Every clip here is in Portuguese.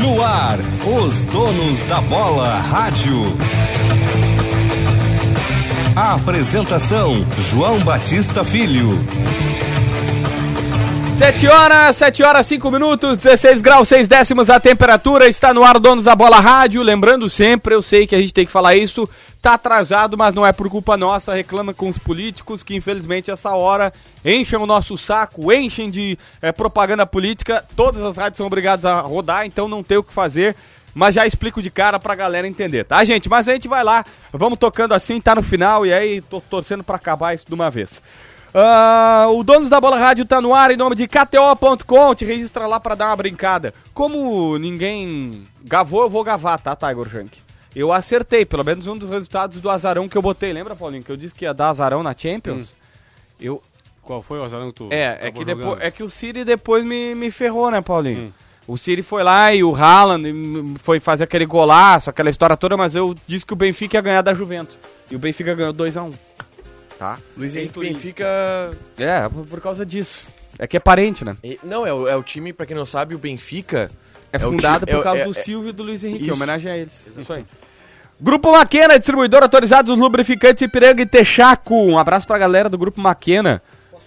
No ar, os donos da bola rádio. Apresentação: João Batista Filho. 7 horas, 7 horas, 5 minutos, 16 graus, 6 décimos a temperatura, está no ar o Donos da Bola Rádio, lembrando sempre, eu sei que a gente tem que falar isso, tá atrasado, mas não é por culpa nossa, reclama com os políticos que infelizmente essa hora enchem o nosso saco, enchem de eh, propaganda política, todas as rádios são obrigadas a rodar, então não tem o que fazer, mas já explico de cara pra galera entender, tá gente? Mas a gente vai lá, vamos tocando assim, tá no final e aí tô torcendo pra acabar isso de uma vez. Ah, o Donos da Bola Rádio tá no ar em nome de KTO.com. Te registra lá pra dar uma brincada. Como ninguém gavou, eu vou gavar, tá, Tiger Junk? Eu acertei, pelo menos um dos resultados do azarão que eu botei. Lembra, Paulinho, que eu disse que ia dar azarão na Champions? Eu, Qual foi o azarão que tu é, é Hum. acabou que, depois, jogando? Hum. é que o City depois me, me ferrou, né, Paulinho? O City foi lá e o Haaland hum, foi fazer aquele golaço, aquela história toda, mas eu disse que o Benfica ia ganhar da Juventus. E o Benfica ganhou 2x1. Tá. Luiz Henrique Benfica. É, por por causa disso. É que é parente, né? e- Não, é o, é o time, pra quem não sabe, o Benfica. É o fundada ti- por é- causa é- do é- Silvio e do Luiz Henrique. Isso. Em homenagem a eles. Isso aí. Grupo Maquena, distribuidor autorizado dos lubrificantes Ipiranga e Texaco. Um abraço pra galera do Grupo Maquena.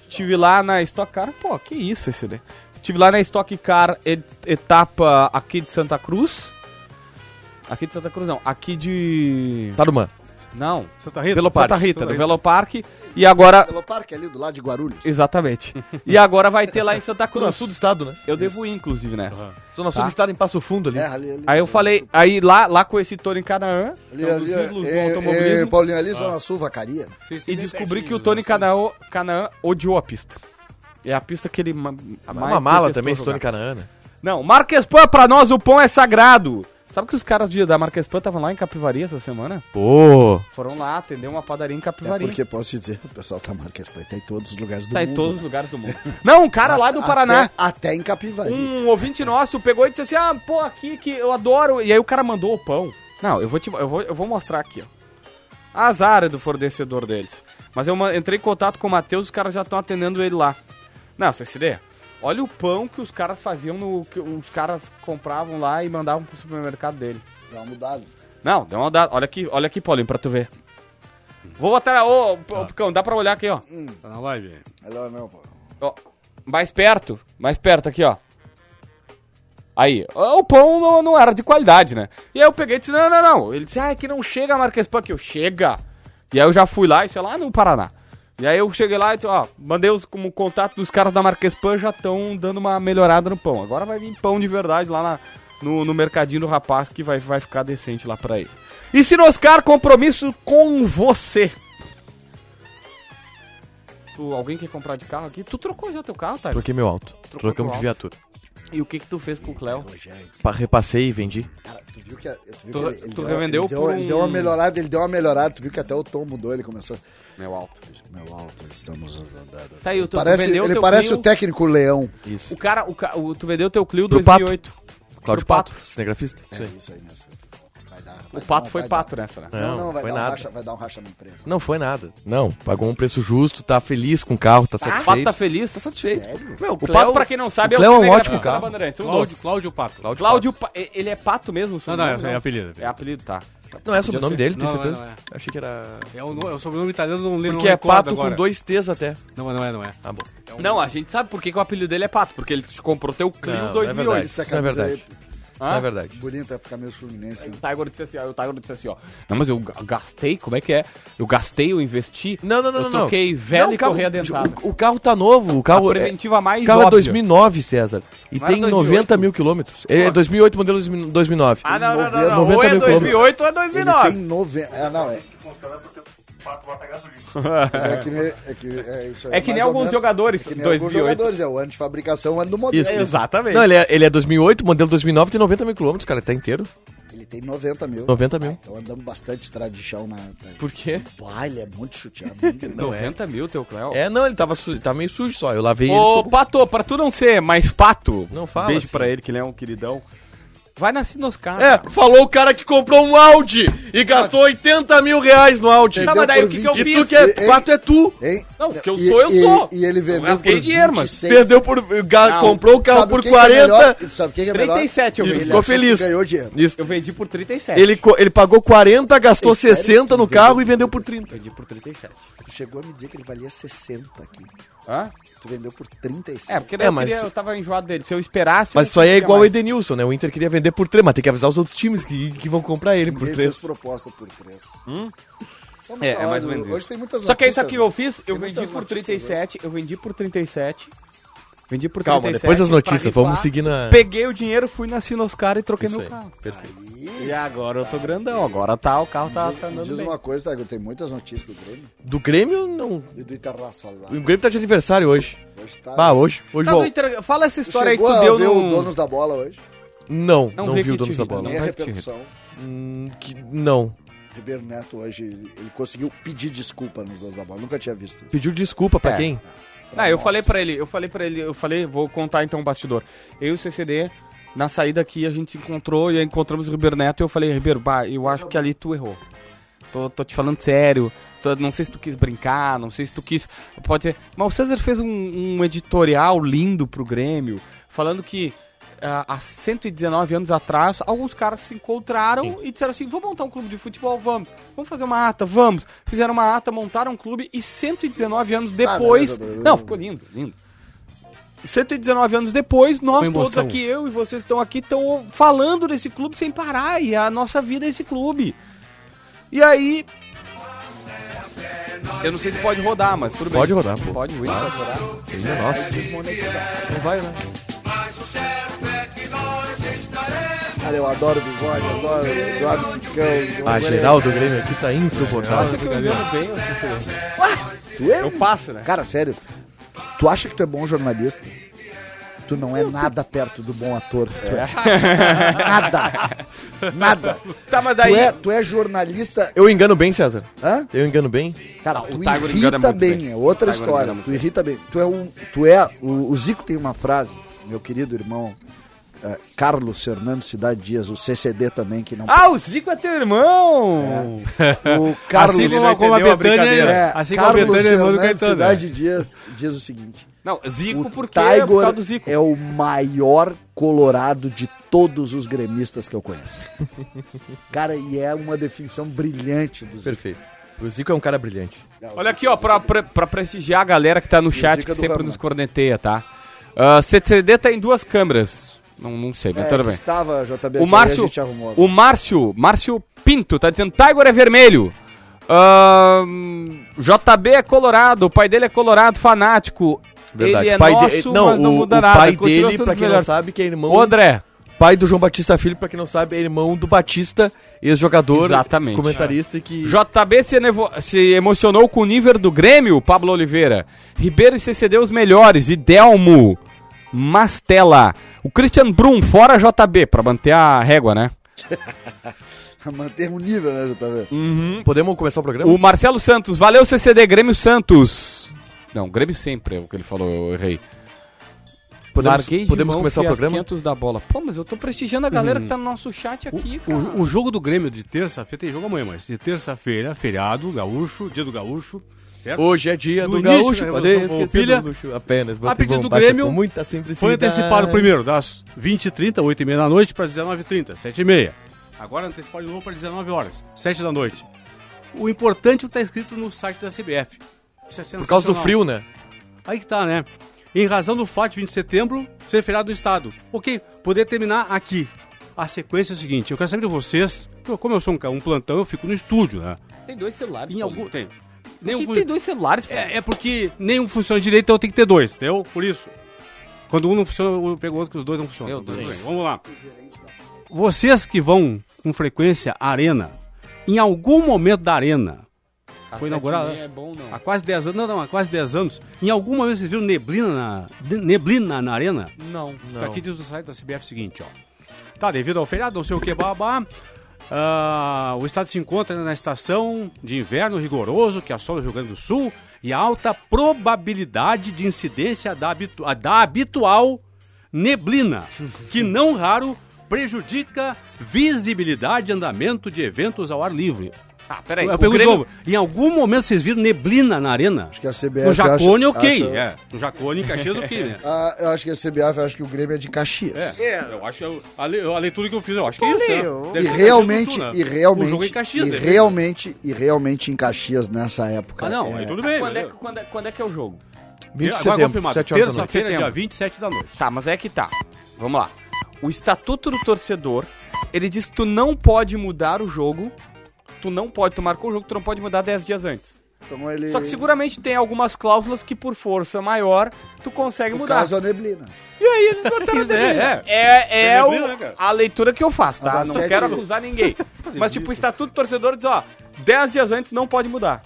Tive lá na Stock Car. Pô, que isso esse, né? Tive lá na Stock Car e- etapa aqui de Santa Cruz. Aqui de Santa Cruz não, aqui de... Tarumã. Não, Santa Santa Rita? Veloparque. Rita, né? Santa do Rita. Veloparque. E agora... Pelo parque ali do lado de Guarulhos. Exatamente. e agora vai ter lá em Santa Zona Cruz. sul do estado, né? Eu devo ir, inclusive, nessa. Aham. Zona sul Tá. do estado em Passo Fundo ali. Tá É, ali, ali. Aí eu falei, aí lá, lá conheci Tony Canaã, Ali, é um dos ali, ídolos do é, é, automobilismo, Ah. Paulinho, ali, Zona Sul, Vacaria. Sim, sim, e bem descobri que pertinho, o Tony né? Canaã, Canaã odiou a pista. É a pista que ele ma- a É mais uma mala detestou também, esse jogar. Tony Canaana. Não, Marquespan, pra nós o pão é sagrado. Sabe que os caras de- da Marquespan estavam lá em Capivari essa semana? Pô. Foram lá atender uma padaria em É Capivari. porque posso te dizer, o pessoal tá marcando tá em todos os lugares do Tá mundo. em todos os lugares do mundo. Não, um cara lá do Paraná. Até, até em Capivari. um ouvinte nosso pegou e disse assim: Ah, pô, aqui que eu adoro. E aí o cara mandou o pão. Não, eu vou te eu vou, eu vou mostrar aqui, ó. Azar é do fornecedor deles. Mas eu ma- entrei em contato com o Matheus, os caras já estão atendendo ele lá. Não, você se ideia. Olha o pão que os caras faziam no. que os caras compravam lá e mandavam pro supermercado dele. Dá uma mudada. Não, dá uma olhada. Olha aqui, olha aqui, Paulinho, pra tu ver. Vou botar. Ô, ô, ô, Picão, dá pra olhar aqui, ó. Tá na live aí. Melhor não, pô. Ó, mais perto, mais perto aqui, ó. Aí, ó, o pão não, não era de qualidade, né? E aí eu peguei e disse, não, não, não. Ele disse, ah, é que não chega a Marquespan, que eu, chega. E aí eu já fui lá, isso é lá no Paraná. E aí eu cheguei lá e disse, ó, mandei os, como contato dos caras da Marquespan, já estão dando uma melhorada no pão. Agora vai vir pão de verdade lá na- no, no mercadinho do rapaz, que vai, vai ficar decente lá pra ele. E Sinoscar, compromisso com você. Tu, alguém quer comprar de carro aqui? Tu trocou já teu carro, tá? Troquei meu alto. Trocou Trocamos teu de viatura. E o que que tu fez com o Cléo? Pa- Repassei e vendi. Cara, tu viu que, a- tu viu Tu- que ele, ele tu deu, revendeu ele deu, por ele um- deu uma melhorada, ele deu uma melhorada, tu viu que até o tom mudou, ele começou. Meu alto. Meu alto, estamos andando. Tá aí, o tu, Parece, tu vendeu ele teu parece Clio, o técnico leão. Isso. o cara, o, ca- o- tu vendeu teu Clio Pro 2008. Cláudio pro Pato. Pato, cinegrafista. Isso aí. isso aí, nessa. Vai dar, O pato foi vai pato dar. nessa, né? Não, Não, não, vai, foi dar um nada. racha, vai dar um racha na empresa. Não foi nada. Não, pagou um preço justo, tá feliz com o carro, tá O pato satisfeito. tá feliz. Sério? Meu, O pato, pra quem não sabe, é o Cléo é um cinegrafista ótimo da carro. Bandeirantes. Um Cláudio, doce. Cláudio Pato. Cláudio Cláudio, Pa- e- ele é pato mesmo? o Não, não, sobrenome? é, é apelido. É apelido, tá. Pato. Não é sobrenome dele, tem Não, não é, certeza? não é. Eu Achei que era. É o, no- é o sobrenome italiano, não lembro Porque não é recordo Pato agora. com dois T's até. Não, não é, não é. Tá Ah, bom. Não, a gente sabe por que, que o apelido dele é pato, porque ele te comprou teu Clio Não, não é 2008. verdade. Essa Isso não é camisa verdade. aí, Isso não é verdade. bonita, vai ficar meio fluminense. né? o Tiger disse assim, ó, o Tiger disse assim, ó. Não, mas eu ga- gastei, como é que é? Eu gastei, eu investi. Não, não, não, eu não. não. troquei velho Não, e o carro- correia dentada. O, o carro tá novo, o carro. A preventiva mais O carro óbvia. é 2009, César. E Não tem era 90 mil quilômetros. É 2008, modelo 2000 2009. Ah, não, não, não, Noventa- não. Ou é 90 mil 2008 ou é Ele 2009. tem 90. É, não, é. Mas é que, nem- é que, é isso aí, É que nem mais ou alguns jogadores, É que nem 2008. alguns jogadores, é o ano de fabricação, o ano do modelo. Isso, isso. Exatamente. Não, ele é, ele é 2008, modelo 2009, tem 90 mil quilômetros, cara, tá inteiro. Ele tem 90 mil. 90 mil. Então andamos bastante estrada de chão na. na- Por quê? Pá, ele é muito chuteado. 90 mil, teu Cléo. É, não, ele tava, su... tava meio sujo só, eu lavei ele. Ô, ficou- Pato, pra tu não ser mais pato, Não fala beijo assim. pra ele, que ele é um queridão. Vai na Sinoscar. É, falou o cara que comprou um Audi e gastou 80 mil reais no Audi. Tá, mas daí o que, que eu Entendeu? E fiz? tu que é, Ei, quatro é tu. Hein? Não, porque eu E- sou, eu e- sou. E ele vendeu rasguei por dinheiro, mano. 26. Perdeu por. ga- Não. comprou o carro Sabe por quem que é 40 melhor? sabe quem que é melhor? 37 eu Ele vendi. Ficou acha que feliz. Ganhou dinheiro. Isso. Eu vendi por 37. Ele, co- ele pagou 40, gastou É sério? 60 no carro e vendeu por 30. Vendi por 37. Tu chegou a me dizer que ele valia 60 aqui. Hã? Tu vendeu por 35. É, porque daí É, eu, mas- queria- eu tava enjoado dele. Se eu esperasse. eu Mas não isso aí é queria igual o mais. Edenilson, né? O Inter queria vender por 3, mas tem que avisar os outros times que, que vão comprar ele por Ninguém 3. fez proposta por 3. Vamos Hum? É, falar é mais ou do- menos isso. Hoje tem muitas Só que é isso aqui que eu notícias, fiz. Eu Tem vendi muitas por notícias 37. Eu vendi por 37. Vendi por 37. Calma, depois das pra notícias, rifar, vamos seguir na. Peguei o dinheiro, fui na Sinoscar e troquei meu carro. né? E agora eu tô grandão. Agora tá, o carro tá, tá Ih, me andando diz bem. uma coisa, Tiago, tem muitas notícias do Grêmio Do Grêmio, não. e do Internacional. O Hum. Grêmio tá de aniversário hoje. Hoje tá... Ah, hoje. Hoje Tá no vou. Inter- Fala essa Tu história aí que chegou tu a deu ver o no... Donos da Bola hoje? Não, Não não, vê vi o que dono te da irrita, bola. Nem Não a vai te repercussão. Hum, que- não. Ribeiro Neto hoje, ele ele conseguiu pedir desculpa nos Donos da Bola. Nunca tinha visto isso. Pediu desculpa pra É. quem? Ah, eu Nossa. falei pra ele, eu falei pra ele, eu falei, vou contar então o bastidor. Eu e o CCD, na saída aqui, a gente se encontrou e aí encontramos o Ribeiro Neto e eu falei, Ribeiro, bah, eu acho que ali tu errou. Tô, tô te falando sério, tô- não sei se tu quis brincar, não sei se tu quis. Pode ser. Mas o César fez um, um editorial lindo pro Grêmio, falando que ah, há 119 anos atrás, alguns caras se encontraram e disseram assim: vamos montar um clube de futebol, vamos, vamos fazer uma ata, vamos. Fizeram uma ata, montaram um clube e 119 anos depois. não, não, não, não. não, ficou lindo, lindo. 119 anos depois, nós Com todos emoção. aqui, eu e vocês estão aqui, estão falando desse clube sem parar, e a nossa vida é esse clube. E aí. Eu não sei se pode rodar, mas tudo bem. Pode rodar, pô. Pode, o Will pode rodar. Ele é nosso. Não vai, né? Cara, eu adoro o bigode, adoro o Eduardo Picão. Ah, A Ah, geral do Grêmio aqui tá insuportável. Acha que eu engano bem, eu sei. Eu passo, né? Cara, sério, tu acha que tu é bom jornalista? Tu não é nada perto do bom ator. Tu é. Nada. Nada. Tá, mas Tu daí. é, tu é jornalista. Eu engano bem, César. Hã? Eu engano bem. Cara, Não, Ah, o tu Tiger engana irrita muito bem, bem. é outra O Tiger engana história. muito Tu irrita bem. Tu é um. Tu é. O, o Zico tem uma frase, meu querido irmão. eh, Carlos Fernando Cidade Dias, o CCD também, que não. Ah, o Zico é teu irmão! É. O Carlos é assim como, como a entendeu a Betânia, brincadeira. É, assim como a Carlos Betânia, irmã do Fernandes Caetano. né? Cidade Dias diz o seguinte: Não, Zico o porque é por causa do Tiger Zico. é o maior colorado de todos os gremistas que eu conheço. Cara, e é uma definição brilhante do Zico. Perfeito. O Zico é um cara brilhante. Olha aqui, ó, pra, pra, pra prestigiar a galera que tá no chat, Zico que é do sempre ramo, nos né? corneteia, tá? Ah, CCD tá em duas câmeras. Não, não sei, mas É, tudo que bem. estava, JB, O Márcio, o Márcio, Márcio Pinto, tá dizendo, Tiger é vermelho. Ahn, JB é colorado, o pai dele é colorado, fanático. Verdade. Ele é pai de- nosso, Não, mas não o, muda o nada. pai continua dele, sendo pra dos quem não melhores. sabe, que é irmão. Ô, André, Pai do João Batista Filho, pra quem não sabe, é irmão do Batista, ex-jogador, Exatamente. comentarista e que. JB se, enevo- se emocionou com o nível do Grêmio, Pablo Oliveira. Ribeiro e CCD os melhores, e Delmo, Mastella. O Christian Brum, fora JB, pra manter a régua, né? Manter um nível, né, JB? Podemos começar o programa? O Marcelo Santos, valeu CCD, Grêmio Santos. Não, Grêmio sempre é o que ele falou, eu errei. Podemos, Larguei de podemos mão começar o que é as programa? 500 da bola. Pô, mas eu tô prestigiando a galera que tá no nosso chat aqui, O, cara. o- o jogo do Grêmio de terça-feira, tem jogo amanhã, mas de terça-feira, feriado, gaúcho, dia do gaúcho, certo? Hoje é dia Do do, início gaúcho, da pode Revolução esquecer Farroupilha. do luxo apenas. A pedido do baixa Grêmio, com muita simplicidade. Foi antecipado primeiro das 20h30, 8h30 da noite, para 19h30, 7h30. Agora antecipado de novo para 19 horas, 7 da noite. O importante é o que está escrito no site da CBF. Isso é Por causa do sensacional. frio, né? Aí que tá, né? Em razão do fato de 20 de setembro ser feriado do Estado. Ok, poder terminar aqui. A sequência é a seguinte, eu quero saber de vocês, eu- como eu sou um, ca- um plantão, eu fico no estúdio, né? Tem dois celulares. Em algum... Paulinho. Tem. Por Nenhum que tem um- dois celulares, pô? é, é porque nenhum funciona direito, então tem que ter dois, entendeu? Por isso. Quando um não funciona, eu pego outro que os dois não funcionam. Meu Deus. Tudo bem, Vamos lá. Vocês que vão com frequência à arena, em algum momento da arena, A foi inaugurada 7,5 É bom, não. há quase 10 anos, não, não, há quase 10 anos, em algum momento vocês viram neblina na, de- neblina na arena? Tá Não, não. Aqui diz o site da CBF o seguinte, ó. Tá, devido ao feriado, não sei o que, babá. ah, o estado se encontra na estação de inverno rigoroso que assola o Rio Grande do Sul e a alta probabilidade de incidência da, habitu- a da habitual neblina, que não raro prejudica visibilidade e andamento de eventos ao ar livre. Ah, peraí. Eu o pergunto de Grêmio- novo, É em algum momento vocês viram neblina na arena? Acho que a CBF No Jacone, acha- ok. acha- É, no Jacone, em Caxias, ok, né? Ah, eu acho que a CBF acha que o Grêmio é de Caxias. É, eu acho que eu- a, le- a leitura que eu fiz, eu acho que é isso. Né? Deve E ser Caxias do realmente, Sul, né? e O jogo é realmente, em Caxias, e né? realmente, e realmente em Caxias nessa época. Ah, não, é, aí tudo bem. Quando é, beleza. que- quando, é, quando é que é o jogo? 20 de Agora setembro, confirmado, 7 horas da noite. terça-feira, dia Setembro. 27 da noite. Tá, mas é que tá. Vamos lá. O estatuto do torcedor, ele diz que tu não pode mudar o jogo, tu não pode, tu marcou o jogo, tu não pode mudar 10 dias antes. Então ele, Só que seguramente tem algumas cláusulas que por força maior, tu consegue no mudar. caso, a neblina. E aí eles botaram Pois é, é, é. é, é Tem o- neblina, né, cara? a leitura que eu faço, tá? Mas a Não sete- quero acusar ninguém. Mas tipo, o estatuto do torcedor diz, ó, 10 dias antes não pode mudar.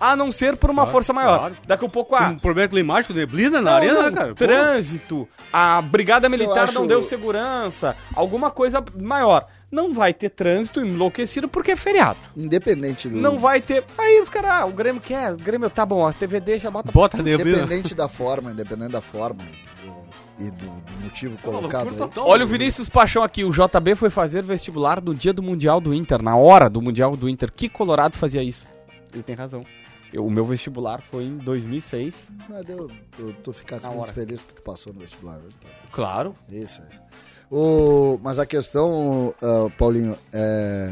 A não ser por uma força maior. claro. Daqui a pouco, ah, Um problema climático, neblina na não, arena, não, né, cara? Pô, Trânsito, a brigada militar acho- não deu segurança, alguma coisa maior. Não vai ter trânsito enlouquecido porque é feriado. Independente do. Não vai ter. Aí os caras, ah, o Grêmio quer, o Grêmio tá bom, a TV deixa, bota. Bota neblina. Independente da forma, independente da forma do- e do, do motivo colocado aí. Olha o Vinícius Paixão aqui, o JB foi fazer vestibular no dia do Mundial do Inter, na hora do Mundial do Inter. Que Colorado fazia isso? Ele tem razão. Eu- o meu vestibular foi em 2006. Mas eu, eu tô ficasse Na muito hora. feliz porque passou no vestibular. né? Claro. Isso. é. O, mas a questão, ah, Paulinho, é,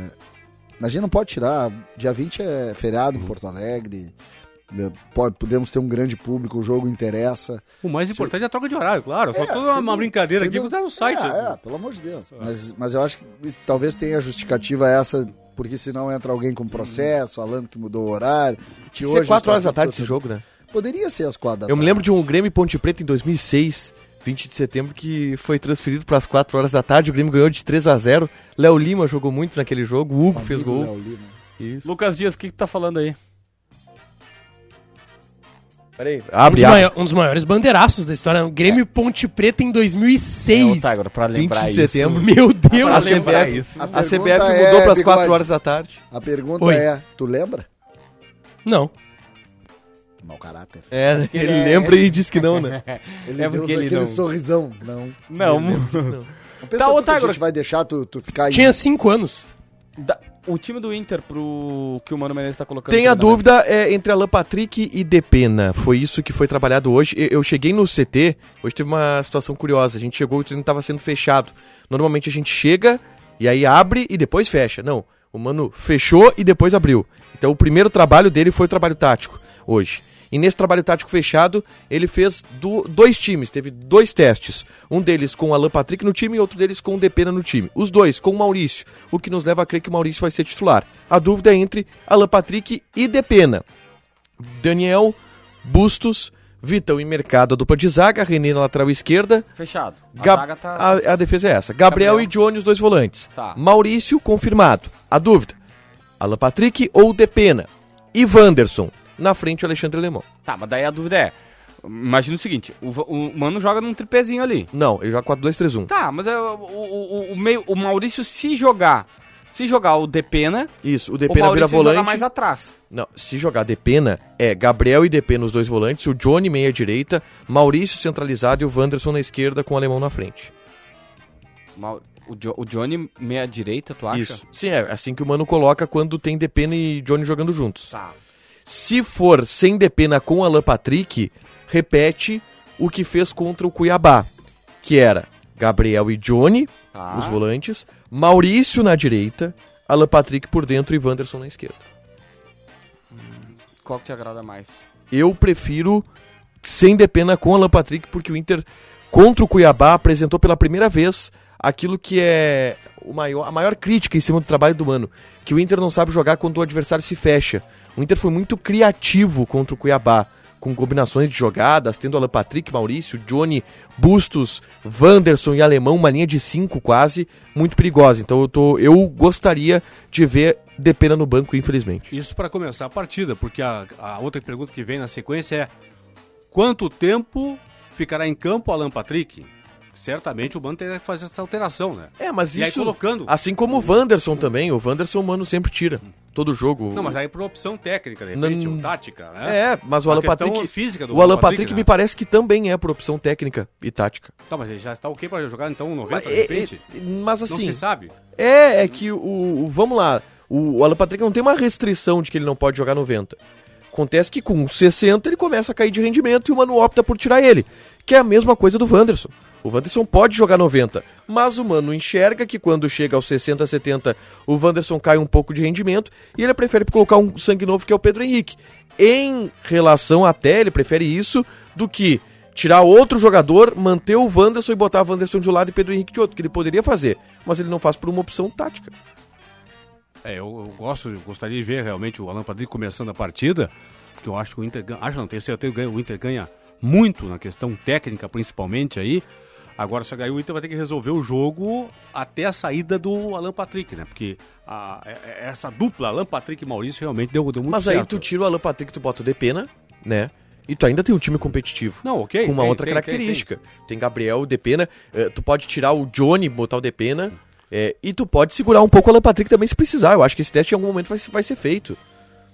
a gente não pode tirar. Dia 20 é feriado em Porto Alegre. né, pode- podemos ter um grande público, o jogo interessa. O mais importante é a troca de horário, claro. Só É, toda sem uma dúvida, brincadeira sem aqui, dúvida. botar no site. Ah. É, é, pelo amor de Deus. Mas, mas eu acho que talvez tenha a justificativa essa, porque senão entra alguém com processo, falando que mudou o horário. que Isso é hoje 4 o horas da estatuto- tarde esse jogo, né? Poderia ser às 4 da Eu me tarde. lembro de um Grêmio e Ponte Preta em 2006, 20 de setembro, que foi transferido para as 4 horas da tarde. O Grêmio ganhou de 3 a 0 Léo Lima jogou muito naquele jogo, o Hugo fez Amigo gol. Léo Lima. Isso. Lucas Dias, o que, que tá falando aí? Peraí, Um dos, abre, abre. maior- um dos maiores bandeiraços da história. O É. Grêmio Ponte Preta em 2006. pra 20 de setembro. Meu Deus. A Pra lembrar CBF, isso. a A CBF pergunta mudou é, para as 4 Bigode. horas da tarde. A pergunta Oi. é, tu lembra? Não. Mau caráter. É, né? ele lembra e diz que não, né? Ele É deu porque ele aquele não- sorrisão. Não. Não, Não pensa Tá, ô, tu que a Tagro. gente vai deixar tu, tu ficar aí. Tinha 5 anos. da- o time do Inter pro que o Mano Menezes tá colocando. Tem a treinamento. dúvida é, entre Alan Patrick e Depena. Foi isso que foi trabalhado hoje. Eu eu cheguei no CT, hoje teve uma situação curiosa. A gente chegou e o treino estava sendo fechado. Normalmente a gente chega e aí abre e depois fecha. Não, o Mano fechou e depois abriu. Então o primeiro trabalho dele foi o trabalho tático hoje. E nesse trabalho tático fechado, ele fez do- dois times, teve dois testes. Um deles com o Alan Patrick no time e outro deles com o Depena no time. Os dois com o Maurício, o que nos leva a crer que o Maurício vai ser titular. A dúvida é entre Alan Patrick e Depena. Daniel, Bustos, Vitão e Mercado, a dupla de zaga, René na lateral esquerda. Fechado. A Gab- zaga tá- a, a defesa é essa. Gabriel, Gabriel. e Johnny, os dois volantes. Tá. Maurício, confirmado. A dúvida: Alan Patrick ou Depena? E Wanderson. Na frente, o Alexandre Lemão. Tá, mas daí a dúvida é. Imagina o seguinte, o, Va- o Mano joga num tripézinho ali. Não, ele joga 4-2-3-1. Tá, mas é o, o, o- o meio, o Maurício se jogar, se jogar o Depena, Isso, o o Depena vira Maurício joga volante. mais atrás. Não, se jogar Depena, é Gabriel e Depena os dois volantes, o Johnny meia direita, Maurício centralizado e o Wanderson na esquerda com o Alemão na frente. Mau- O, Jo- o Johnny meia direita, tu acha? Isso. Sim, é assim que o Mano coloca quando tem Depena e Johnny jogando juntos. Tá. Se for sem Depena com Alan Patrick, repete o que fez contra o Cuiabá, que era Gabriel e Johnny, Tá. os volantes, Maurício na direita, Alan Patrick por dentro e Wanderson na esquerda. Qual que te agrada mais? Eu prefiro sem Depena com Alan Patrick, porque o Inter contra o Cuiabá apresentou pela primeira vez aquilo que é o maior- a maior crítica em cima do trabalho do Mano, que o Inter não sabe jogar quando o adversário se fecha. O Inter foi muito criativo contra o Cuiabá, com combinações de jogadas, tendo Alan Patrick, Maurício, Johnny, Bustos, Wanderson e Alemão, uma linha de cinco quase, muito perigosa. Então eu, tô, eu gostaria de ver Depena no banco, infelizmente. Isso para começar a partida, porque a, a outra pergunta que vem na sequência é quanto tempo ficará em campo Alan Patrick? certamente o Mano teria que fazer essa alteração, né? É, mas E aí isso. colocando. Assim como o Wanderson também. O Wanderson, o mano, sempre tira. Todo jogo. Não, mas aí por opção técnica, de repente, Não- ou tática, né? É, mas o A Alan questão Patrick. física do o Alan Patrick, Patrick, né? me parece que também é por opção técnica e tática. Tá, mas ele já está ok para jogar então um 90, Mas, de repente? é- é- mas não assim. se sabe. É, é que o, o- Vamos lá. O, o Alan Patrick não tem uma restrição de que ele não pode jogar 90. Acontece que com 60 ele começa a cair de rendimento e o Mano opta por tirar ele. Que é a mesma coisa do Wanderson. O Wanderson pode jogar 90, mas o Mano enxerga que quando chega aos 60, 70, o Wanderson cai um pouco de rendimento e ele prefere colocar um sangue novo que é o Pedro Henrique. Em relação até, ele prefere isso do que tirar outro jogador, manter o Wanderson e botar o Wanderson de um lado e Pedro Henrique de outro, que ele poderia fazer, mas ele não faz por uma opção tática. É, eu, eu gosto, eu gostaria de ver realmente o Alan Patrick começando a partida, porque eu acho que o Inter ganha, acho não, tenho certeza que o Inter ganha muito na questão técnica, principalmente aí. Agora, só que aí o Inter vai ter que resolver o jogo até a saída do Alan Patrick, né? Porque a- é- é- essa dupla, Alan Patrick e Maurício, realmente deu, deu muito Mas aí certo. tu tira o Alan Patrick, tu bota o Depena, né? E tu ainda tem um time competitivo. Não, ok, Com uma tem- outra tem- tem- característica. Tem, Gabriel, o Depena. eh, tu pode tirar o Johnny, botar o Depena. eh, e tu pode segurar um pouco o Alan Patrick também se precisar. Eu acho que esse teste em algum momento vai, se- vai ser feito.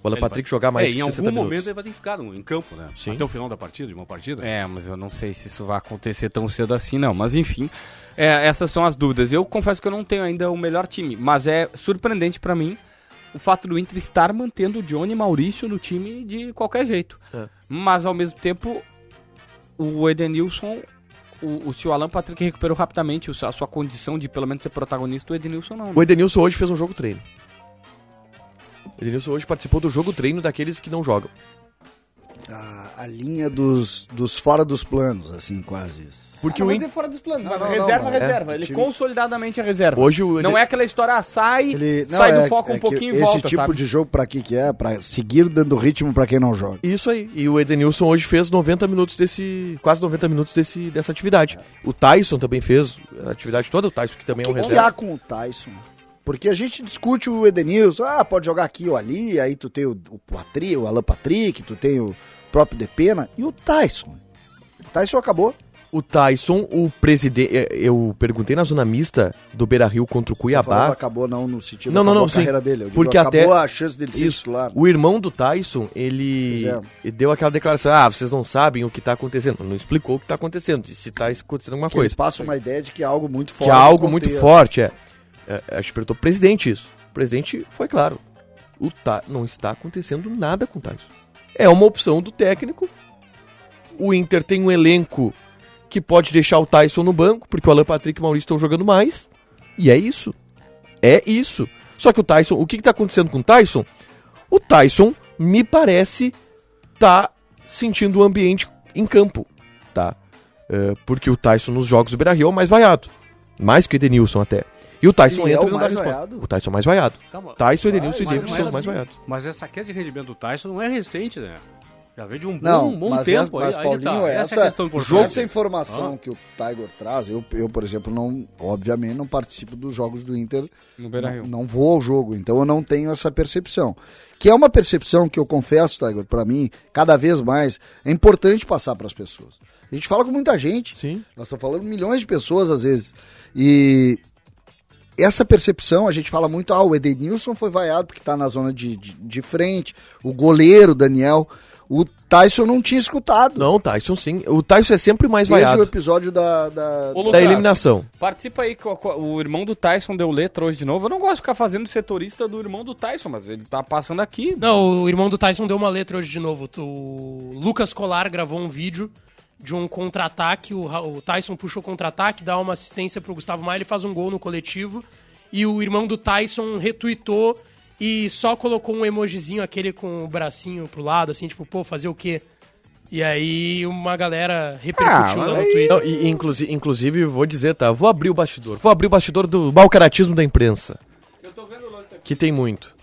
O Alan Ele Patrick vai- jogar mais é, que em 60 algum minutos. momento ele vai ter que ficar no- em campo, né? Sim. Até o final da partida, de uma partida. É, mas eu não sei se isso vai acontecer tão cedo assim, não. Mas enfim, é, essas são as dúvidas. Eu confesso que eu não tenho ainda o melhor time, mas é surpreendente pra mim o fato do Inter estar mantendo o Johnny e Maurício no time de qualquer jeito. É. Mas ao mesmo tempo, o Edenilson, o, o, se o Alan Patrick recuperou rapidamente o- a sua condição de pelo menos ser protagonista, o Edenilson não. né? O Edenilson hoje fez um jogo treino. O Edenilson hoje participou do jogo treino daqueles que não jogam. A, a linha dos, dos fora dos planos, assim, quase. Porque Ah, o mas Inter. é fora dos planos, Não, mas não, não, reserva, mas é. reserva. Ele O time- consolidadamente é reserva. Hoje o Não é aquela história, ah, sai, Ele, não, sai do é- foco um é que pouquinho e Esse volta, tipo sabe? de jogo, pra que que é? Pra seguir dando ritmo pra quem não joga. Isso aí. E o Edenilson hoje fez 90 minutos desse. Quase 90 minutos desse, dessa atividade. O Tyson também fez a atividade toda, o Tyson que também é um O que, que reserva. há com o Tyson? Porque a gente discute o Edenilson, ah, pode jogar aqui ou ali, aí tu tem o, o Patri, o Alan Patrick, tu tem o próprio Depena, e o Tyson. O Tyson acabou. O Tyson, o presidente. Eu perguntei na zona mista do Beira Rio contra o Eu falava Cuiabá. acabou não no sentido Não, não, não, acabou a sim. carreira dele. Eu digo, Porque até- acabou a chance dele ser Isso. titular. O irmão do Tyson, ele Pois é. ele deu aquela declaração: ah, vocês não sabem o que tá acontecendo. Não explicou o que tá acontecendo, disse se tá acontecendo alguma Que ele coisa. passa uma ideia de que é algo muito que forte. é algo muito forte, é. é a gente perguntou pro presidente isso. O presidente foi claro. O Ta... Não está acontecendo nada com o Tyson. É uma opção do técnico. O Inter tem um elenco que pode deixar o Tyson no banco, porque o Alan Patrick e o Maurício estão jogando mais. E é isso. É isso. Só que o Tyson, o que está acontecendo com o Tyson? O Tyson, me parece, tá sentindo o ambiente em campo, tá? É, porque o Tyson nos jogos do Beira-Rio é o mais vaiado. Mais que o Edenilson até. E o Tyson Ele é entra o e não dá mais resposta. vaiado? Ah, é O Tyson é o mais vaiado. Tá, mas- Tyson e Edenilson mas- dizem que mas- são os mais vaiados. Mas essa queda de rendimento do Tyson não é recente, né? Já vem de um bom, Não, bom mas, tempo é, mas aí. aí que tá. Paulinho, Essa é a essa, questão importante. essa informação que o Tiger traz, eu, eu, por exemplo, não, obviamente, não participo dos jogos do Inter No Beira-Rio. Não, não vou ao jogo, então eu não tenho essa percepção. Que é uma percepção que eu confesso, Tiger, pra mim, cada vez mais, é importante passar pras pessoas. A gente fala com muita gente. Sim. Nós estamos falando com milhões de pessoas às vezes. E essa percepção, a gente fala muito, ah, o Edenilson foi vaiado porque tá na zona de, de, de frente, o goleiro, Daniel. O Tyson eu não tinha escutado. Não, o Tyson sim. O Tyson é sempre o mais Desde o vaiado episódio da. da- Ô, da Lucas, eliminação. Participa aí, co- co- o irmão do Tyson deu letra hoje de novo. Eu não gosto de ficar fazendo setorista do irmão do Tyson, mas ele tá passando aqui. Não, o irmão do Tyson deu uma letra hoje de novo. O Lucas Colar gravou um vídeo de um contra-ataque. O Ra- o Tyson puxa o contra-ataque, dá uma assistência pro Gustavo Maia, ele faz um gol no coletivo. E o irmão do Tyson retuitou e só colocou um emojizinho aquele com o bracinho pro lado, assim, tipo, pô, fazer o quê? E aí uma galera repercutiu Ah, lá no mas aí- Twitter. Não, e, inclusive, inclusive, vou dizer, tá? Vou abrir o bastidor. Vou abrir o bastidor do mau caratismo da imprensa. Que tem muito.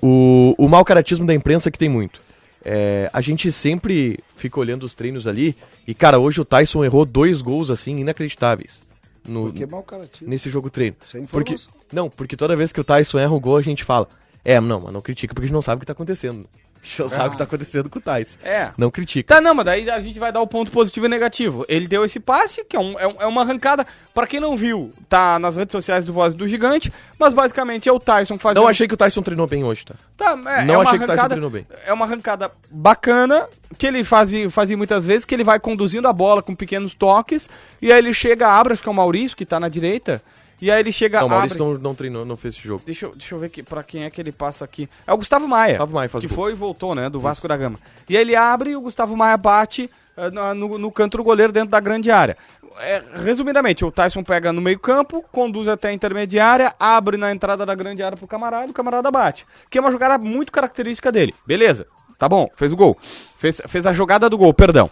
O, o mau caratismo da imprensa que tem muito. É, a gente sempre fica olhando os treinos ali. E, cara, hoje o Tyson errou dois gols, assim, inacreditáveis. No, Porque mal cara tira. nesse jogo treino. Sem porque, informação. não, porque toda vez que o Tyson erra o gol, a gente fala. É, não, mas não critica porque a gente não sabe o que tá acontecendo. Deixa eu saber o que tá acontecendo com o Tyson. Ah. É. Não critica. Tá, não, mas daí a gente vai dar o ponto positivo e negativo. Ele deu esse passe, que é, um- é um- é uma arrancada. Pra quem não viu, tá nas redes sociais do Voz do Gigante, mas basicamente é o Tyson fazendo. Não achei que o Tyson treinou bem hoje, tá? Tá, é, não é uma achei que o Tyson arrancada- treinou bem. É uma arrancada bacana, que ele fazia fazia muitas vezes, que ele vai conduzindo a bola com pequenos toques, e aí ele chega, abre, acho que é o Maurício, que tá na direita, e aí ele chega, Não, o Maurício abre... não, não treinou, não fez esse jogo. Deixa eu, deixa eu ver que, pra quem é que ele passa aqui. É o Gustavo Maia. Gustavo Maia faz Que o gol. foi e voltou, né? Do Vasco da Gama. E aí ele abre e o Gustavo Maia bate eh, na- no, no canto do goleiro dentro da grande área. É, resumidamente, o Tyson pega no meio-campo, conduz até a intermediária, abre na entrada da grande área pro camarada, o camarada bate. Que é uma jogada muito característica dele. Beleza, tá bom, fez o gol. Fez, fez a jogada do gol, perdão.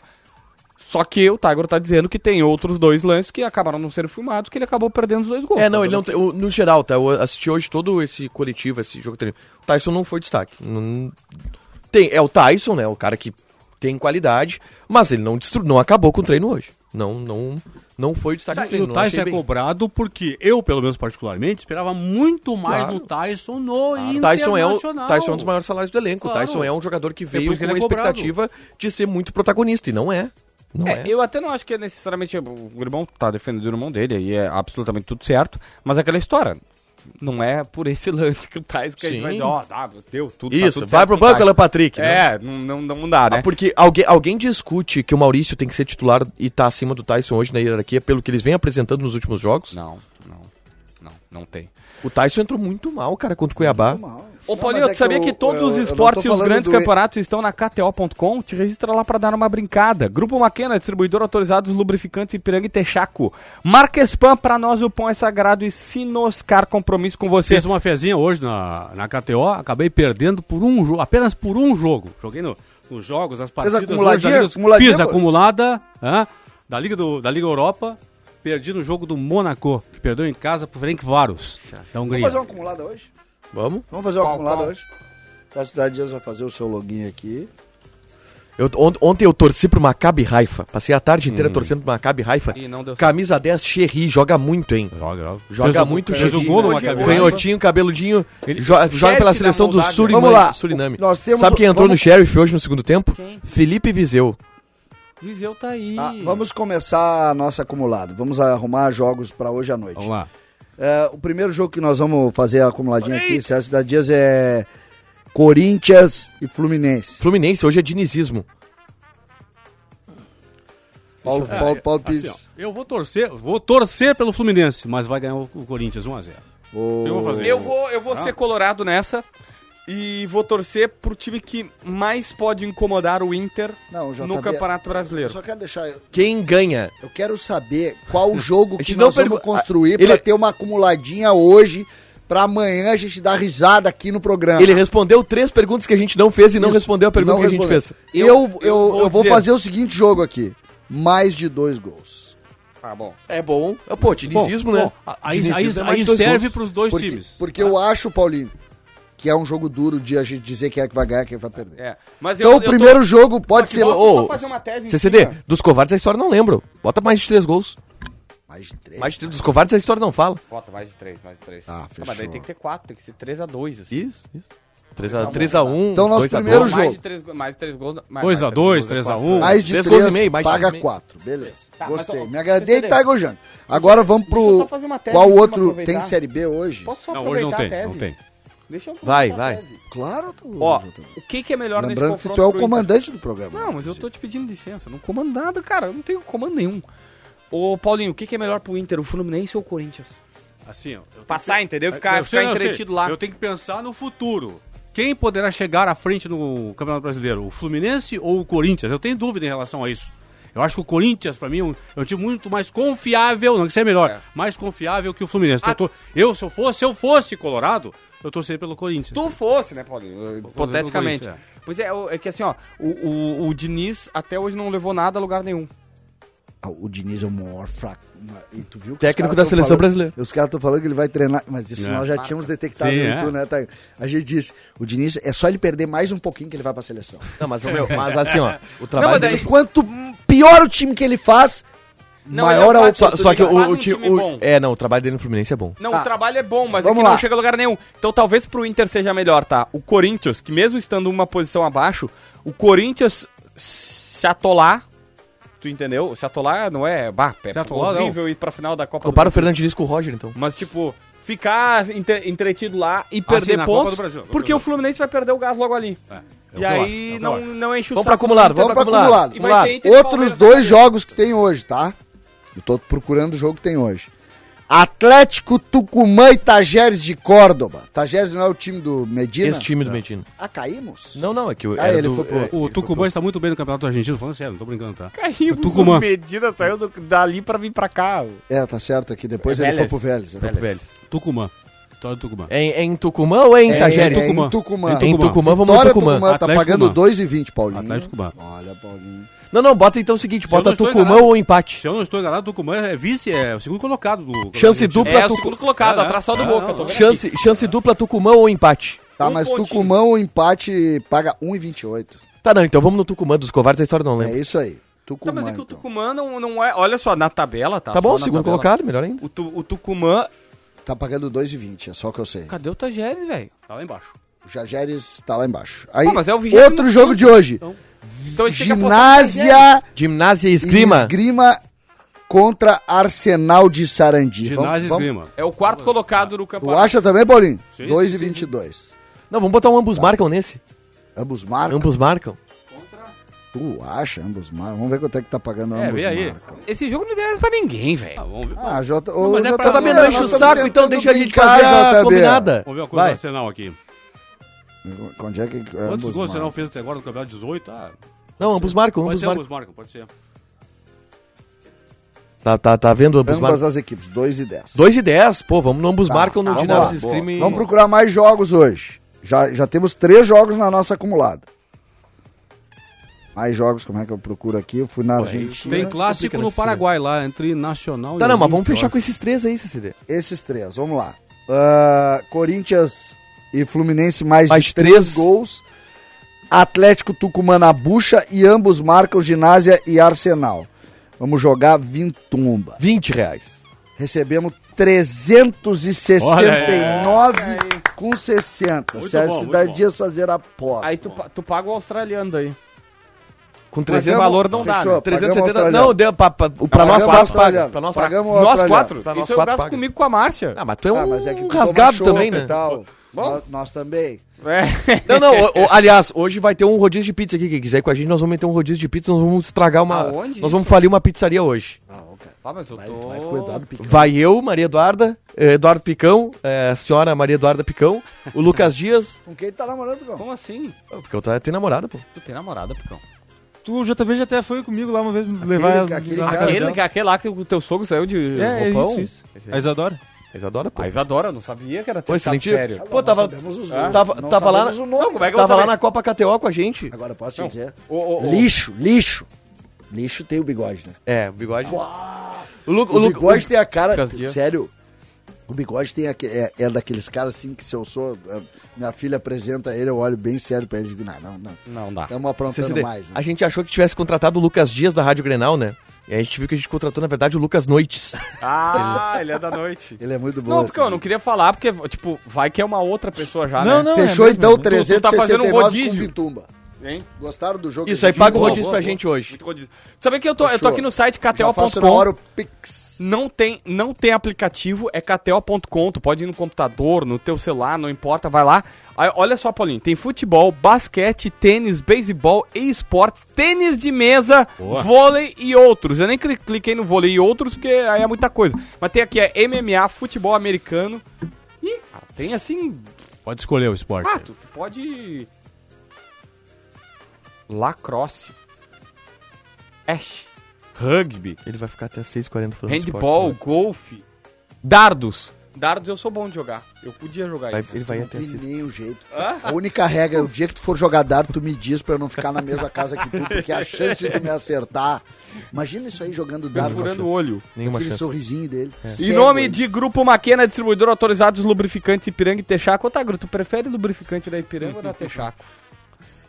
Só que o Tiger tá dizendo que tem outros dois lances que acabaram não sendo filmados, que ele acabou perdendo os dois gols. É, não, ele não. te- o- No geral, tá? Eu assisti hoje todo esse coletivo, esse jogo treino. O Tyson não foi destaque. Não- Tem, é o Tyson, né? O cara que tem qualidade, mas ele não destru... não acabou com o treino hoje. Não, não, não foi destaque Tá, no e treino. o não Tyson achei é bem. cobrado porque eu, pelo menos particularmente, esperava muito mais Claro. do Tyson no O Tyson Tyson é, o, Tyson é um dos maiores salários do elenco. Claro. O Tyson é um jogador que por veio isso que com a ele é cobrado. expectativa de ser muito protagonista, e não é. Não é. É, eu até não acho que é necessariamente. O irmão tá defendendo o irmão dele, aí é absolutamente tudo certo, mas é aquela história. Não é por esse lance que o Tais que a gente Sim. vai dizer, ó, dá, deu tudo. tá Isso, tudo vai certo pro com o banco, Tyson. Alan Patrick. né? É, não, não, não dá, né? Ah, porque alguém, alguém discute que o Maurício tem que ser titular e tá acima do Tyson hoje na hierarquia, pelo que eles vêm apresentando nos últimos jogos. Não, não, não, não tem. O Tyson entrou muito mal, cara, contra o Cuiabá. Ô, Não, Paulinho, mas é tu sabia eu- que todos eu- os eu não tô esportes e os falando grandes do e- campeonatos estão na KTO.com? Te registra lá pra dar uma brincada. Grupo Maquena, distribuidor autorizado dos lubrificantes Ipiranga e Texaco. Marca Spam, pra nós o pão é sagrado e Sinoscar, compromisso com você. Fiz uma fezinha hoje na, na KTO, acabei perdendo por um jogo, apenas por um jogo. Joguei no- nos jogos, nas partidas. acumuladinha? hoje da Liga dos- Acumuladinha, fiz pô? acumulada hã, da, Liga do, da Liga Europa, perdi no jogo do Monaco, que perdeu em casa pro Frank Varos, da Vamos Hungria. fazer uma acumulada hoje? Vamos? Vamos fazer uma Qual, acumulada qual? hoje? A Cidade Dias vai fazer o seu login aqui. Eu- on- ontem eu torci pro Maccabi Haifa. Passei a tarde Hum. inteira torcendo pro Maccabi Haifa. E não deu certo. Camisa 10, Xerri, joga muito, hein? Joga, joga. Joga Fez o- muito, Fez o Xerri. gol no Hoje- Maccabi. Canhotinho, cabeludinho. Ele- é jo- joga Sheriff pela da seleção do Moldávia. Suriname. Vamos lá. Suriname. O- nós temos- Sabe quem entrou vamos- no Sheriff hoje no segundo tempo? Felipe Viseu. Viseu tá aí. Ah, vamos começar a nossa acumulada. Vamos arrumar jogos pra hoje à noite. Vamos lá. É, o primeiro jogo que nós vamos fazer a acumuladinha aqui, César Cidade Dias, é Corinthians e Fluminense. Fluminense, hoje é dinizismo. Paulo, É, Paulo, Paulo assim, Pires. ó, eu vou torcer, vou torcer pelo Fluminense, mas vai ganhar o, o Corinthians 1x0. O- Eu vou fazer. Eu vou, eu vou Ah. ser colorado nessa e vou torcer pro time que mais pode incomodar o Inter Não, o JB no Campeonato Brasileiro. Eu só quero deixar. Eu Quem ganha? eu quero saber qual o jogo A gente que não nós vamos pergu- Ah, construir Ele- pra ter uma acumuladinha hoje, pra amanhã a gente dar risada aqui no programa. Ele respondeu três perguntas que a gente não fez e não Isso, respondeu a pergunta não que a gente respondeu. fez. Eu, eu, eu, vou vou, dizer- fazer o seguinte jogo aqui: mais de dois gols. Ah, Tá bom. É bom. Pô, dinizismo, né? Bom, aí aí, Dinizismo é mais aí dois serve gols. pros dois Porque, times. porque eu Ah. acho, Paulinho, que é um jogo duro de a gente dizer quem é que vai ganhar e quem vai perder. É. Mas Então eu, o primeiro jogo pode que ser. vou- Ô, Só Ô, fazer uma tese em CCD, cima. dos covardes a história não lembro. Bota mais de três gols. mais de três. Mais de três, dos covardes a história não fala. Bota mais de três, mais de três. Tá, fechou. mas daí tem que ter quatro, tem que ser 3 a 2 assim. Isso, isso. 3x1, Então, nosso 2 a 2 primeiro Não, mais jogo. de três, go- mais de três gols. não- mais- 2 a mais de 2 gols é 3 a quatro. 1 Mais de Três três, gols e meio, mais de paga três e meio. quatro. Beleza. Tá, mas, Gostei. ó, Me agradei e CCD. tá gojando. Agora vamos Deixa eu pro. só fazer uma tese Qual em cima, outro? aproveitar. Tem Série B hoje? Posso só Não, hoje não aproveitar a tese? tem, não tem. Deixa eu Vai, aproveitar a vai. tese. Claro, tu. Ó, tu- o que, que é melhor Lembrando nesse que confronto? tu é o pro Inter? comandante do programa. Não, mas eu tô te pedindo licença. Não comando nada, cara. Eu não tenho comando nenhum. Ô, Paulinho, o que, que é melhor pro Inter, o Fluminense ou o Corinthians? Assim, ó, eu tenho Passar, entendeu? que- Ficar, eu sei, ficar eu sei. entretido lá. Eu tenho que pensar no futuro. Quem poderá chegar à frente no Campeonato Brasileiro? O Fluminense ou o Corinthians? Eu tenho dúvida em relação a isso. Eu acho que o Corinthians, pra mim, é um, é um time muito mais confiável, não que seja melhor, mais confiável que o Fluminense. Então, eu, tô- eu, se eu fosse, se eu fosse Colorado, eu torceria pelo Corinthians. tu fosse, né, Paulinho? Hipoteticamente. Eu vou isso, Pois é, o- é que assim, ó, o, o, o Diniz até hoje não levou nada a lugar nenhum. Ah, O Diniz é o maior fraco. Mas- E tu viu que Técnico da os caras tão seleção falando- brasileira. Os caras estão falando que ele vai treinar, mas isso É. nós já tínhamos detectado Sim, em é. tu, né, Thay? A gente disse, o Diniz é só ele perder mais um pouquinho que ele vai pra seleção. Não, mas, ô, meu, mas assim, ó, o Não, trabalho mas dele daí- E quanto pior o time que ele faz, Não, ele é um maior a clássico, Só, só que Ele faz o, um o, ti- time o- bom. É, não, o trabalho dele no Fluminense é bom. Não, o trabalho é bom, mas Vamos é que não lá. chega a lugar nenhum. Então talvez pro Inter seja melhor, tá? O Corinthians, que mesmo estando uma posição abaixo, o Corinthians se atolar, tu entendeu? Se atolar não é, bah, é Se atolar, não. horrível ir pra final da Copa Compara o do Brasil. Fernandes com o Roger, então. Mas tipo, ficar entre- entretido lá e perder sim, na Copa pontos, do Brasil, Copa porque do o Fluminense vai perder o gás logo ali. É o e que aí eu acho, é o que eu não, acho. não enche o saco Vamos pra acumulado, do vamos Inter pra pra- acumulado. Tá E Vamos vai lá. ser Inter e Outros Palmeiras, dois né? jogos que tem hoje, tá? Eu tô procurando o jogo que tem hoje. Atlético Tucumã e Tajeres de Córdoba. Tajeres não é o time do Medina? Esse time do Medina. Ah, caímos? Não, não, é que o. Ah, era ele do- foi pro- é, O Tucumã está muito bem no Campeonato Argentino, falando sério, não tô brincando, tá? Caiu, O Tucumã. o Medina saiu do- dali pra vir pra cá. É, tá certo aqui. Depois É ele Vélez. foi pro Vélez. né? Velho, Tucumã. Vitória do Tucumã. É em, é em Tucumã ou é em É, Itajeres? é Tucumã. em Tucumã. Em Em Tucumã. Tucumã, vamos no Vitória Tucumã. Tucumã. Tá Atlético pagando Tucumã. 2,20, Paulinho. Atlético Tucumã. Olha, Paulinho. Não, não, bota então o seguinte, eu não bota estou Tucumã enganado- ou empate. Se eu não estou enganado, o Tucumã é vice, é o segundo colocado do. Campeonato Chance Argentino. É, dupla, o Tucu- segundo colocado, Ah, atrás só do ah, Boca, não, tô vendo Chance, chance dupla Tucumã ou empate. Tá, Um mas pontinho. Tucumã o empate paga 1,28. Tá, não, então vamos no Tucumã dos covardes, a história não É lembra. isso aí. Tá, Tucumã. mas é que o então. Tucumã não, não é. Olha só, na tabela, tá? Tá Só bom, na segundo tabela. colocado, melhor ainda. O, tu, o Tucumã. Tá pagando 2,20, é só o que eu sei. Cadê o Tajeres, velho? Tá lá embaixo. O Jageres tá lá embaixo. Aí, Pô, mas é o vigésimo outro jogo de hoje. Então a gente tem que apostar no Tajeres. Ginásia Gimnasia e e esgrima. esgrima contra Arsenal de Sarandi. Ginásio e Vamos- Esgrima. É o quarto colocado do vamos- Tu campeonato. acha também, Paulinho? Sim, sim, 2,22. Não, vamos botar um ambos marcam nesse. Ambos marcam. Ambos marcam. Tá Tu acha, ambos marcam. Vamos ver quanto é que tá pagando É, ambos vê aí. marcam. Esse jogo não interessa pra ninguém, Ah, velho. vamos ver. Ah, Jota, Não, mas é pra- Também Tá, não Não, nós enche o estamos saco, então tentando deixa a gente brincar, fazer a JB. combinada. Vamos ver uma coisa do Vai. Arsenal aqui. Onde é que Quantos ambos gols o Arsenal marcam? fez até agora no campeonato 18? Ah, Não, ambos marcam, pode ambos ser marcam. ambos marcam, pode ser. Tá, tá, tá vendo ambos Ambas marcam? as equipes, 2 e 10. 2 e 10, pô, vamos no ambos marcam no tá, Ginásio e vamos lá. esgrima. e- Vamos procurar mais jogos hoje. Já, já temos três jogos na nossa acumulada. Mais jogos, como é que eu procuro aqui? Eu fui na Argentina. Tem clássico complica no nesse Paraguai lá, entre Nacional Tá, e não, mas Olímpia, vamos fechar eu com esses três aí, CCD. Esses três, vamos lá. Ah, Corinthians e Fluminense mais, Mais de três, três. gols. Atlético Tucumã na bucha e ambos marcam Ginásia e Arsenal. Vamos jogar Vintumba. 20 reais. Recebemos 369 com 60. Muito Se a bom, muito cidade bom. dias fazer aposta. Aí tu, pa- tu paga o australiano daí. Com Mas 300 é um- valor não dá, fechou, né? pagamos 370. australiano. Não, deu pra, pra, pra Pagamos nós quatro australiano. paga. Pra nós paga. pagamos Nós australiano. quatro? Pra nós Isso eu quatro é gasto paga. comigo com a Márcia. Ah, mas tu é um Ah, mas é que tu toma rasgado chopp também, e né? tal. Nó- nós também. É. Não, não, o- o- aliás, hoje vai ter um rodízio de pizza aqui. Quem quiser ir com a gente, nós vamos meter um rodízio de pizza, nós vamos estragar uma. Aonde nós vamos falir uma pizzaria hoje. Ah, ok. Ah, mas eu Vai, tô... tu vai cuidar do picante. Vai eu, Maria Eduarda, eh, Eduardo Picão, eh, a senhora Maria Eduarda Picão, o Lucas Dias. Com quem tá namorando, Gão? Como assim? Ô, Picão tá tem namorada, pô. Tu tem namorada, Picão. Tu, o JV já até foi comigo lá uma vez me levar aquele lá cara- na casa Aquele, dela. aquele lá que o teu sogro saiu de É, é roupão? isso, isso. A Isadora. Eles adoram, pô. Mas adora, eu não sabia que era Pô, teu excelente. sério. Pô, tava. nomes, Tava, não tava lá. Na, sabemos o nome. Não, como é que eu vou tava lá saber? na Copa KTO com a gente. Agora posso te dizer? Ô, ô, ô. Lixo, lixo. Lixo tem o bigode, né? É, o bigode. O, Lu, O Lu- bigode tem a cara. Lucas Dias. Sério. O bigode tem aque- é, é daqueles caras assim que se eu sou. é, Minha filha apresenta ele, eu olho bem sério pra ele e digo: não, não, não. Não Tá. dá. Estamos aprontando CCD, mais. Né? A gente achou que tivesse contratado o Lucas Dias da Rádio Grenal, né? E aí a gente viu que a gente contratou, na verdade, o Lucas Noites. Ah, ele é da noite. Ele é muito bom. Não, assim. porque eu não queria falar, porque, tipo, vai que é uma outra pessoa já, né? Fechou mesmo, então né? tu tá fazendo um 369 com rodízio. Vitumba. Hein? Gostaram do jogo? Isso aí, paga o Boa, rodízio boa, pra boa. gente hoje. Muito rodízio. Sabe que eu tô, eu tô Fechou. aqui no site Já faço na hora kto.com. o Pix. Não tem, não tem aplicativo, é kto.com. Tu pode ir no computador, no teu celular, não importa, vai lá. Aí, olha só, Paulinho, tem futebol, basquete, tênis, beisebol, e-esportes, tênis de mesa, vôlei e outros. Eu nem cli- cliquei no vôlei e outros porque aí é muita coisa. Mas tem aqui é MMA, futebol americano. E cara, tem assim, Pode escolher o esporte. ah, tu pode. Lacrosse. Ash. Rugby. Ele vai ficar até 6h40 falando de Handball, esportes, né? golfe. Dardos. Dardos eu sou bom de jogar. Eu podia jogar né? Vai- isso. Ele vai não até tem 6 nenhum jeito. A única regra é o dia que tu for jogar dardo, tu me diz pra eu não ficar na mesma casa que tu, porque a chance de tu me acertar. Imagina isso aí jogando dardo. Tá Furando o Aquele olho. Nenhuma chance. É. sorrisinho dele. Em nome de Grupo Maquena, distribuidor autorizado dos lubrificantes Ipiranga e Texaco. Ô, Tagro, tu prefere lubrificante da Ipiranga ou da Texaco?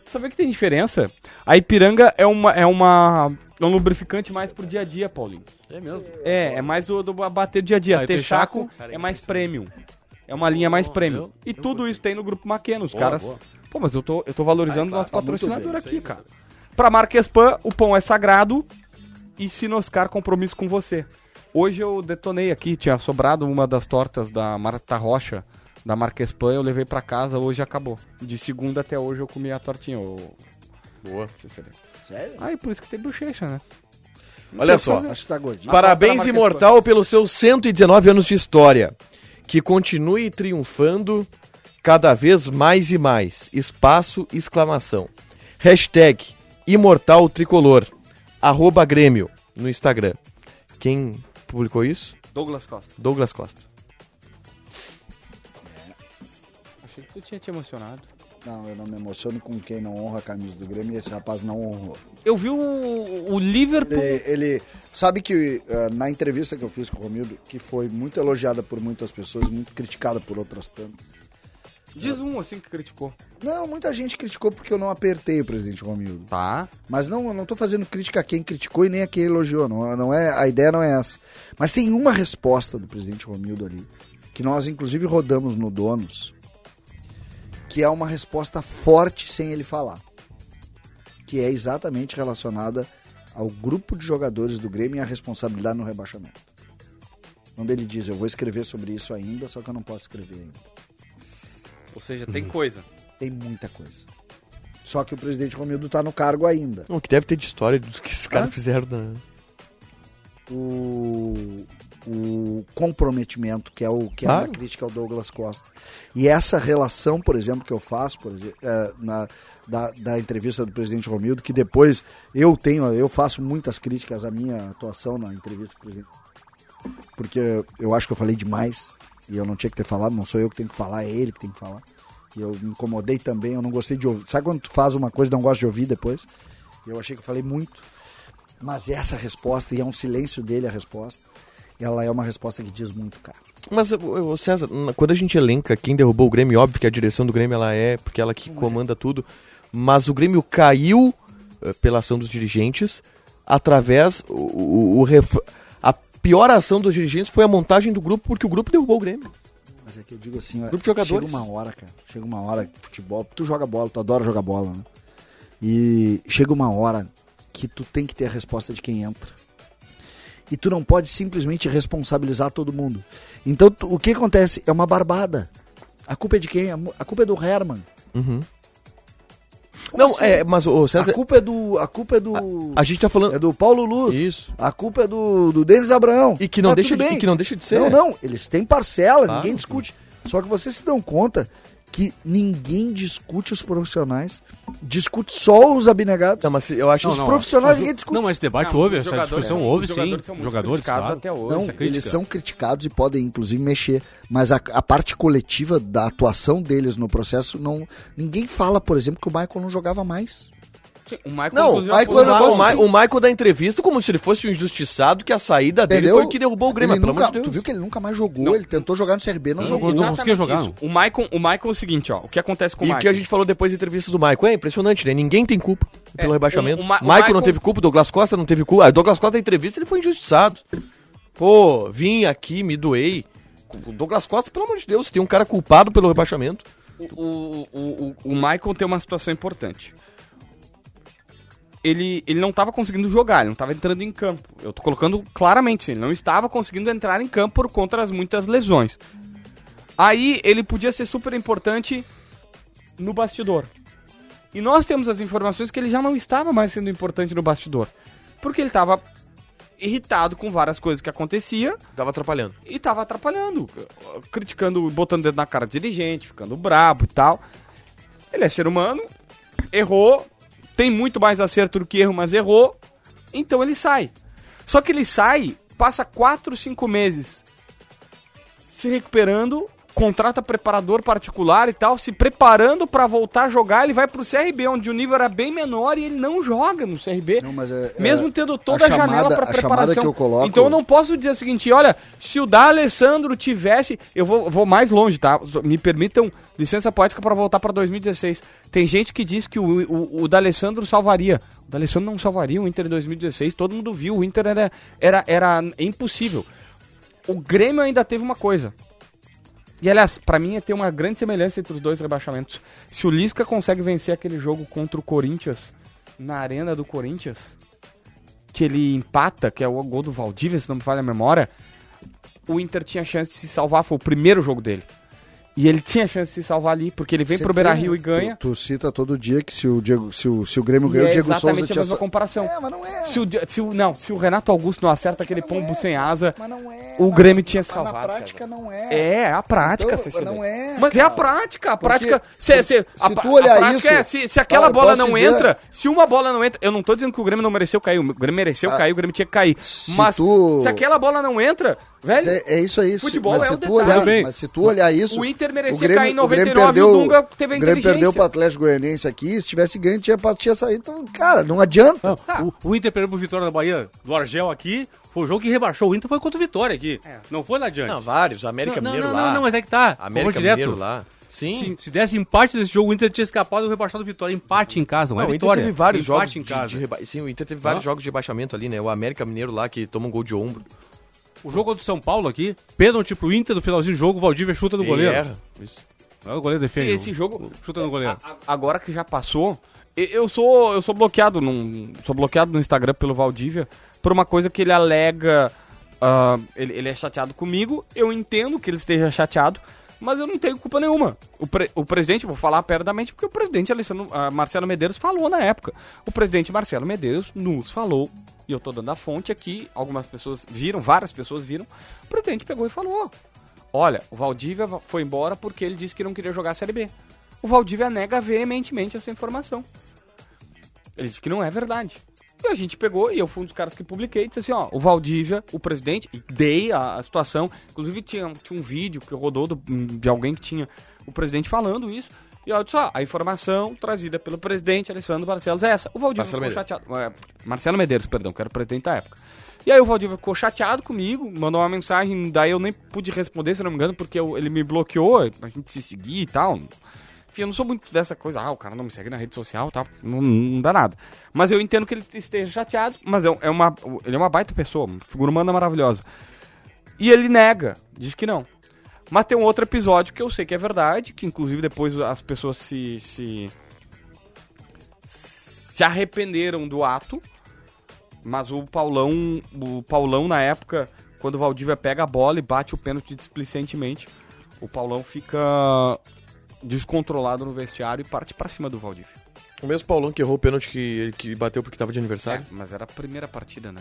Sabia que tem diferença? A Ipiranga é uma, é uma É um lubrificante mais pro dia a dia, Paulinho. É mesmo. É, é mais do, do bater dia a dia. Ah, e o Ter Texaco? chaco é mais premium. É uma linha mais premium. E tudo isso tem no grupo Maquena, os Boa, caras. boa. Pô, mas eu tô, eu tô valorizando o nosso tá muito patrocinador bem, aqui, cara. Pra Marquespan, o pão é sagrado e Sinoscar compromisso com você. Hoje eu detonei aqui, tinha sobrado uma das tortas da Marta Rocha, da Marquespan, eu levei pra casa, hoje acabou. De segunda até hoje eu comi a tortinha. ô- Boa. Sério? Ah, e por isso que tem bochecha, né? Não tem Olha o que só. fazer. Acho que tá gordinho. Parabéns, marca Imortal, pelos seus 119 anos de história. Que continue triunfando cada vez mais e mais. Espaço, exclamação. Hashtag Imortal Tricolor. Arroba Grêmio no Instagram. Quem publicou isso? Douglas Costa. Douglas Costa. Achei que tu tinha te emocionado. Não, eu não me emociono com quem não honra a camisa do Grêmio e esse rapaz não honrou. Eu vi o, o Liverpool. Ele, ele- sabe que eh, na entrevista que eu fiz com o Romildo, que foi muito elogiada por muitas pessoas, muito criticada por outras tantas. Diz um assim que criticou. Não, muita gente criticou porque eu não apertei o presidente Romildo. Tá. Mas não, eu não tô fazendo crítica a quem criticou e nem a quem elogiou. Não, não é, a ideia não é essa. Mas tem uma resposta do presidente Romildo ali, que nós inclusive rodamos no Donos, que é uma resposta forte sem ele falar. Que é exatamente relacionada ao grupo de jogadores do Grêmio e a responsabilidade no rebaixamento. Quando ele diz, eu vou escrever sobre isso ainda, só que eu não posso escrever ainda. Ou seja, tem coisa. Tem muita coisa. Só que o presidente Romildo tá no cargo ainda. O que deve ter de história dos que esses caras Hã? fizeram. né? Na... o, o comprometimento, que é o que é Claro. uma crítica ao Douglas Costa. E essa relação, por exemplo, que eu faço, por exemplo, eh, na, da, da entrevista do presidente Romildo, que depois eu tenho, eu faço muitas críticas à minha atuação na entrevista do presidente. Porque eu acho que eu falei demais e eu não tinha que ter falado, não sou eu que tenho que falar, é ele que tem que falar. E eu me incomodei também, eu não gostei de ouvir. Sabe quando tu faz uma coisa e não gosta de ouvir depois? Eu achei que eu falei muito. Mas essa resposta, e é um silêncio dele a resposta, ela é uma resposta que diz muito, cara. Mas, ô, ô, César, na- quando a gente elenca quem derrubou o Grêmio, óbvio que a direção do Grêmio ela é, porque ela que comanda tudo. Mas o Grêmio caiu eh, pela ação dos dirigentes através. O, o- o ref- a pior ação dos dirigentes foi a montagem do grupo, porque o grupo derrubou o Grêmio. Mas é que eu digo assim, ó, Grupo de jogadores. chega uma hora, cara. Chega uma hora, que futebol, tu joga bola, tu adora jogar bola, né? E chega uma hora que tu tem que ter a resposta de quem entra. E tu não pode simplesmente responsabilizar todo mundo. Então, tu- o que acontece? É uma barbada. A culpa é de quem? A mu- a culpa é do Herman. Não, é, mas o assim? A César. culpa é do. A culpa é do. A gente tá É falando. do Paulo Luz. Isso. A culpa é do, do Denis Abraão. E que, não Tá deixa tudo de, bem. e que não deixa de ser. Não, não, eles têm parcela, Claro. ninguém discute. Só que vocês se dão conta que ninguém discute os profissionais, discute só os abnegados. Não, mas eu acho os isso prof- profissionais ninguém discute. Não, Não, mas esse debate Não, houve, os essa jogadores discussão são- houve, os sim. jogadores Jogadores, são muito criticados claro. até hoje. essa crítica. eles são criticados e podem inclusive mexer, mas a, a parte coletiva da atuação deles no processo não. Ninguém fala, por exemplo, que o Michael não jogava mais. O Michael, Não, é inclusive, Michael O, aposentou- Ma- o, eu não é é gosto Ma- de- o Michael da entrevista como se ele fosse um injustiçado, que a saída dele Entendeu? foi o que derrubou o Grêmio, Ele pelo nunca, amor de Tu Deus. viu que ele nunca mais jogou, ele tentou jogar no CRB, não, Não jogou. jogou. não conseguia jogar, isso. O Michael, o Michael é o seguinte, ó. O que acontece com o E o Michael? que a gente falou depois da entrevista do Maicon. É impressionante, né? Ninguém tem culpa pelo É, rebaixamento. o- o O, Ma- o Maicon não Maicon- teve culpa, o Douglas Costa não teve culpa. Ah, o Douglas Costa, na entrevista, ele foi injustiçado. Pô, vim aqui, me doei. O Douglas Costa, pelo amor de Deus, se tem um cara culpado pelo rebaixamento. O, o, o, o Michael tem uma situação importante. Ele, ele não estava conseguindo jogar, ele não estava entrando em campo. Eu tô colocando claramente, ele não estava conseguindo entrar em campo por conta das muitas lesões. Aí ele podia ser super importante no bastidor. E nós temos as informações que ele já não estava mais sendo importante no bastidor. Porque ele estava irritado com várias coisas que acontecia Tava atrapalhando. e tava atrapalhando, criticando, botando dedo na cara do dirigente, ficando brabo e tal. Ele é ser humano, errou, tem muito mais acerto do que erro, mas errou, então ele sai. Só que ele sai, passa 4, 5 meses se recuperando contrata preparador particular e tal, se preparando pra voltar a jogar, ele vai pro CRB, onde o nível era bem menor e ele não joga no CRB. Não, mas é- mesmo é- tendo a toda a, chamada- janela pra a chamada preparação. que eu coloco- Então eu não posso dizer o seguinte, olha, se o da Alessandro tivesse, eu vou, vou mais longe, tá? Me permitam licença poética pra voltar pra 2016. Tem gente que diz que o, o, o da Alessandro salvaria. O da Alessandro não salvaria o Inter em 2016, todo mundo viu, o Inter era, era, era impossível. O Grêmio ainda teve uma coisa. E aliás, pra mim é ter uma grande semelhança entre os dois rebaixamentos. Se o Lisca consegue vencer aquele jogo contra o Corinthians na arena do Corinthians, que ele empata, que é o gol do Valdívia, se não me falha a memória, o Inter tinha chance de se salvar, foi o primeiro jogo dele. E ele tinha chance de se salvar ali, porque ele vem Sempre pro Beira-Rio e ganha. Tu, tu cita todo dia que se o, Diego, se o, se o Grêmio e ganhou, é o Diego Souza exatamente a tinha. mesma comparação. É, mas não é. Se o, Di- se o- não, se o Renato Augusto não acerta aquele pombo sem asa, Mas não é. o mas- Grêmio tinha se mas na salvado. prática César. não é. É, a prática, Então, Cecília. não é, Mas é cara. a prática, a Porque prática. Se, se, a, se pa- tu olhar a prática isso- é, se, se aquela Olha, bola posso não dizer- entra, se uma bola não entra. Eu não tô dizendo que o Grêmio não mereceu cair, o Grêmio mereceu cair, o Grêmio tinha que cair. mas Ah, tu- se aquela bola não entra, velho. É, é isso aí. se- Futebol mas é se um tu detalhe. olhar, Tudo bem. Mas se tu olhar isso. O Inter merecia o Grêmio- cair em o Grêmio 99 e o perdeu- Dunga teve a O Grêmio perdeu inteligência. pro Atlético Goianiense aqui. Se tivesse ganho, tinha, tinha saído. Então, cara, não adianta. O, o Inter perdeu pro Vitória da Bahia, do Argel aqui. Foi o jogo que rebaixou o Inter, foi contra o Vitória aqui. É. Não foi lá adiante. Não, vários. América não, Mineiro não, lá. não, não, mas é que tá. América Foi direto. Mineiro lá. Sim. Se, se desse empate nesse jogo, o Inter tinha escapado do rebaixado do Vitória. Empate em casa, não, é Não, o Inter vitória. teve vários empate jogos em de- casa. de reba- Sim, o Inter teve vários Ah. jogos de rebaixamento ali, né? O América Mineiro lá que toma um gol de ombro. O jogo do São Paulo aqui, pênalti pro Inter no finalzinho do jogo, o Valdívia chuta no Ele goleiro. erra. Isso. Aí o goleiro defende. Sim, esse jogo- Chuta no goleiro. A- Agora que já passou, e- eu sou eu sou bloqueado num, sou bloqueado no Instagram pelo Valdívia por uma coisa que ele alega. ah, ele, ele é chateado comigo, eu entendo que ele esteja chateado, mas eu não tenho culpa nenhuma. O, pre- o presidente, vou falar apertadamente, porque o presidente Alessandro, ah, Marcelo Medeiros falou na época. O presidente Marcelo Medeiros nos falou, e eu tô dando a fonte aqui, algumas pessoas viram, várias pessoas viram, o presidente pegou e falou: Olha, o Valdívia va- foi embora porque ele disse que não queria jogar a Série B. O Valdívia nega veementemente essa informação. Ele disse que não é verdade. E a gente pegou, e eu fui um dos caras que publiquei, disse assim, ó, o Valdívia, o presidente, e dei a, a situação, inclusive tinha, tinha um vídeo que rodou do- hum, de alguém que tinha o presidente falando isso, e eu disse, ó, a informação trazida pelo presidente Alessandro Barcelos é essa. O Valdívia Marcelo ficou Medeiros. chateado. é, Marcelo Medeiros, perdão, que era o presidente da época. E aí o Valdívia ficou chateado comigo, mandou uma mensagem, daí eu nem pude responder, se não me engano, porque eu- ele me bloqueou, a gente se seguir e tal, enfim, eu não sou muito dessa coisa, ah, o cara não me segue na rede social, tá? Não, não dá nada. Mas eu entendo que ele esteja chateado, mas é, um- é uma, ele é uma baita pessoa, uma figura humana maravilhosa. E ele nega, diz que não. Mas tem um outro episódio que eu sei que é verdade, que inclusive depois as pessoas se. se, se arrependeram do ato. Mas o Paulão, o Paulão na época, quando o Valdívia pega a bola e bate o pênalti displicentemente, o Paulão fica descontrolado no vestiário e parte pra cima do Valdívia. O mesmo Paulão que errou o pênalti que, que bateu porque tava de aniversário. mas era a primeira partida, né?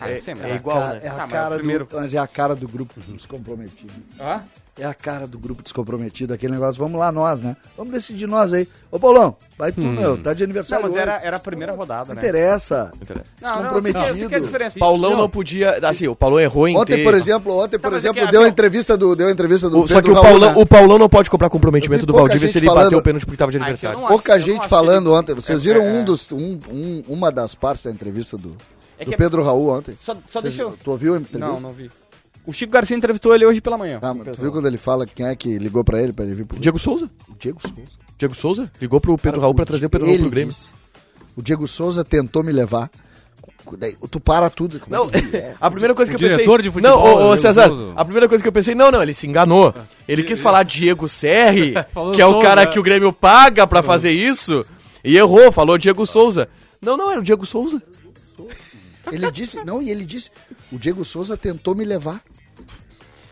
É- sempre. é né? igual, né? É a Tá, mas cara primeiro- do, mas é a cara do grupo descomprometido. Hã? É a cara do grupo descomprometido, aquele negócio, vamos lá nós, né? Vamos decidir nós aí. Ô, Paulão, vai tu, meu, tá de Hum. Não, aniversário mas hoje. era, era a primeira rodada, Não né? interessa. Interessa. Descomprometido. Não, não, isso que é a diferença. Paulão não. podia. Assim, o Paulão errou em. Ontem, ter- por exemplo, ontem, por mas é que exemplo, a- deu a entrevista do, deu a entrevista do O- só que Pedro o Raul, Paulão, né? o Paulão não pode cobrar Eu comprometimento vi do pouca Valdívia se gente ele bateu falando. o pênalti porque tava de Ah, isso eu aniversário. não acho, eu pouca não acho gente que falando ele- ontem. Vocês É, viram é, um dos, um, um- uma das partes da entrevista do, É do que é- Pedro Raul ontem? Só, só Vocês- deixa eu... Tu ouviu a entrevista? Não, não vi. O Chico Garcia entrevistou ele hoje pela manhã. Ah, mas tu viu quando ele fala quem é que ligou pra ele pra ele vir pro Diego Souza. O Diego Souza. Diego Souza ligou pro Pedro Raul pra trazer o Pedro Raul Ele pro Grêmio. disse. O Diego Souza tentou me levar. Daí Tu para tudo. Como é Não, que ele é? a primeira coisa que eu pensei. diretor de futebol, Não, ô, ô, Diego César, Souza. a primeira coisa que eu pensei, não, não, ele se enganou. Ele quis falar Diego Serri, Falou que é o Souza. cara que o Grêmio paga pra fazer isso, e errou, falou Diego Souza. Não, não, era o Diego Souza. Ele disse, não, e ele disse, o Diego Souza tentou me levar.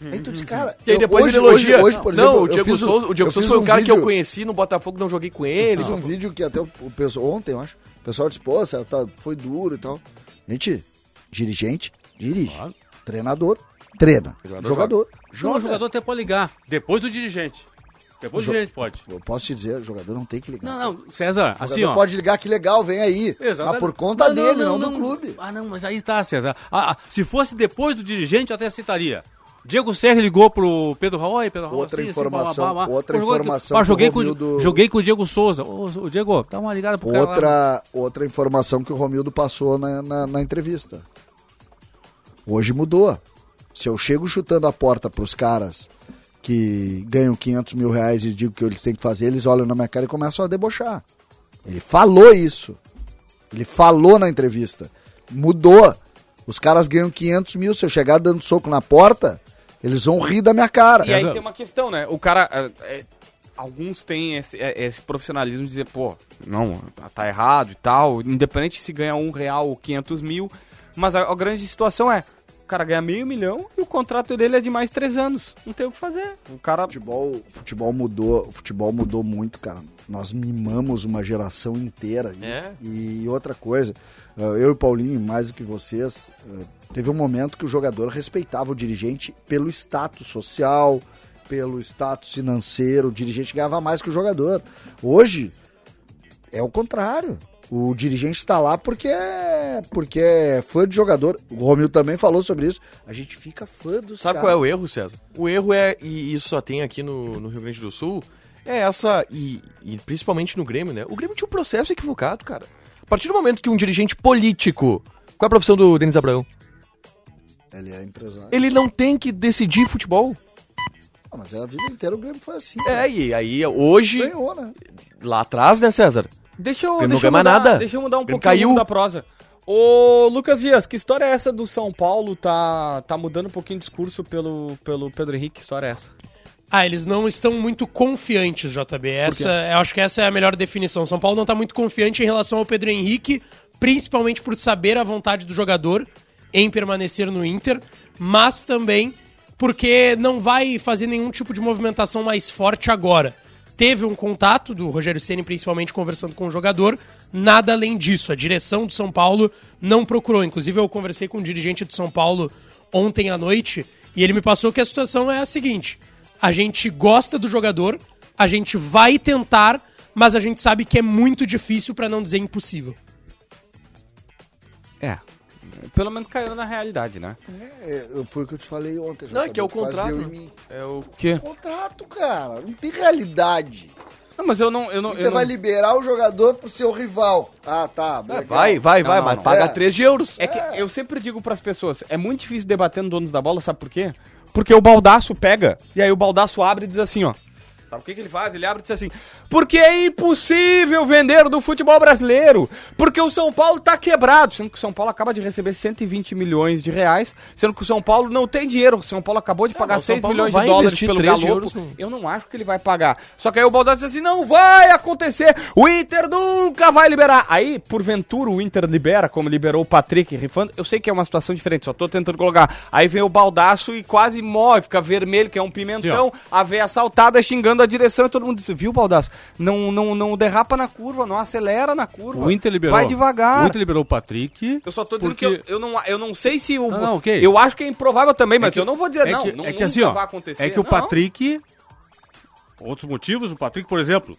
Aí tu diz, cara, E aí eu- depois hoje- ele elogia. Hoje, hoje, por não, exemplo, o eu Diego fiz um- Souza, o Diego eu Souza fiz foi o um cara que eu vídeo- conheci no Botafogo, não joguei com Eu ele. fiz um vídeo que até o, o pessoal, ontem, eu acho, o pessoal disse, pô, César, tá, foi duro e tal. Gente, dirigente, dirige. Treinador, treina. Jogador, Não, o jogador até pode ligar. Depois do dirigente. Depois do dirigente pode. Eu posso te dizer, o jogador não tem que ligar. Não, não, César, O assim, jogador ó. pode ligar, que legal, vem aí. Exatamente. Mas por conta Não, não, dele, não, não, do não. tá, clube. Ah, não, mas aí está, César. Ah, ah, se fosse depois do dirigente, eu até aceitaria. Diego Serra ligou pro Pedro Raul, "Oi, Pedro Raul, Outra assim, assim, informação, blá, blá, blá." outra Pô, jogou- informação pá, que o joguei, com, Romildo- joguei com o Diego Souza. Ô, ô, Diego, dá uma ligada pro cara lá. Outra, outra informação que o Romildo passou na, na, na entrevista. Hoje mudou. Se eu chego chutando a porta pros caras que ganham 500 mil reais e digo que eles têm que fazer, eles olham na minha cara e começam a debochar. Ele falou isso. Ele falou na entrevista. Mudou. Os caras ganham 500 mil. Se eu chegar dando soco na porta, eles vão rir da minha cara. E aí tem uma questão, né? O cara. é, é, alguns têm esse, é, esse profissionalismo de dizer, pô, não, tá errado e tal. Independente se ganha um real ou 500 mil. Mas a, a grande situação é. O cara ganha meio milhão e o contrato dele é de mais três anos. Não tem o que fazer. O cara. O futebol, o futebol mudou, o futebol mudou muito, cara. Nós mimamos uma geração inteira. E- É. E, outra coisa, ah, eu e o Paulinho, mais do que vocês, ah, teve um momento que o jogador respeitava o dirigente pelo status social, pelo status financeiro, o dirigente ganhava mais que o jogador. Hoje é o contrário. O dirigente está lá porque é, porque é fã de jogador. O Romildo também falou sobre isso. A gente fica fã dos Sabe qual é o erro, César? O erro é, e isso só tem aqui no, no Rio Grande do Sul, é essa, e, e principalmente no Grêmio, né? O Grêmio tinha um processo equivocado, cara. A partir do momento que um dirigente político. Qual é a profissão do Denis Abraão? Ele é empresário. Ele não tem que decidir futebol. Ah, mas a vida inteira o Grêmio foi assim. É, e aí hoje, Ganhou, né? lá atrás, né, César? Deixa eu, Ele não deixa eu ganha mais mudar, nada. Deixa eu mudar um Ele pouquinho caiu. da prosa. Ô, Lucas Dias, que história é essa do São Paulo? Tá, tá mudando um pouquinho o discurso pelo, pelo Pedro Henrique. Que história é essa? Ah, eles não estão muito confiantes, JB. Essa, eu acho que essa é a melhor definição. São Paulo não está muito confiante em relação ao Pedro Henrique, principalmente por saber a vontade do jogador em permanecer no Inter, mas também porque não vai fazer nenhum tipo de movimentação mais forte agora. Teve um contato do Rogério Ceni, principalmente conversando com o jogador, nada além disso. A direção do São Paulo não procurou. Inclusive, eu conversei com o dirigente do São Paulo ontem à noite e ele me passou que a situação é a seguinte: a gente gosta do jogador, a gente vai tentar, mas a gente sabe que é muito difícil pra não dizer impossível. É. Pelo menos caiu na realidade, né? É, eu- foi o que eu te falei ontem. já Não, é acabou que é o quase contrato, deu em né? mim. É o O quê? Contrato, cara. Não tem realidade. Não, mas eu não. Eu não, Você eu não... vai liberar o jogador pro seu rival. Ah, tá. É, legal. vai, vai, Não, vai, não, mas não. paga É. 13 euros. É que eu sempre digo pras pessoas, é muito difícil debater no donos da bola, sabe por quê? Porque o baldaço pega, e aí o baldaço abre e diz assim, ó. Sabe o que, que ele faz? Ele abre e diz assim: Porque é impossível vender do futebol brasileiro, porque o São Paulo tá quebrado. Sendo que o São Paulo acaba de receber 120 milhões de reais, sendo que o São Paulo não tem dinheiro. O São Paulo acabou de pagar mas o São 6 Paulo milhões não de vai dólares investir pelo 3 Galo. euros no- Eu não acho que ele vai pagar. Só que aí o Baldassi diz assim: não vai acontecer, o Inter nunca vai liberar. Aí, porventura, o Inter libera, como liberou o Patrick rifando. Eu sei que é uma situação diferente, só tô tentando colocar. Aí vem o baldaço e quase morre, fica vermelho, que é um pimentão, a veia assaltada xingando a direção e todo mundo diz: viu, baldaço? Não, não, não derrapa na curva, não acelera na curva. O Inter liberou. Vai devagar. O Inter liberou o Patrick. Eu só tô dizendo porque- Ah, que eu, eu não, eu não sei se o. Não, não, ok. Eu acho que é improvável também, mas que- eu não vou dizer é não. que- não é que nunca assim, ó. vai acontecer. É que o Não. Patrick. Outros motivos, o Patrick, por exemplo,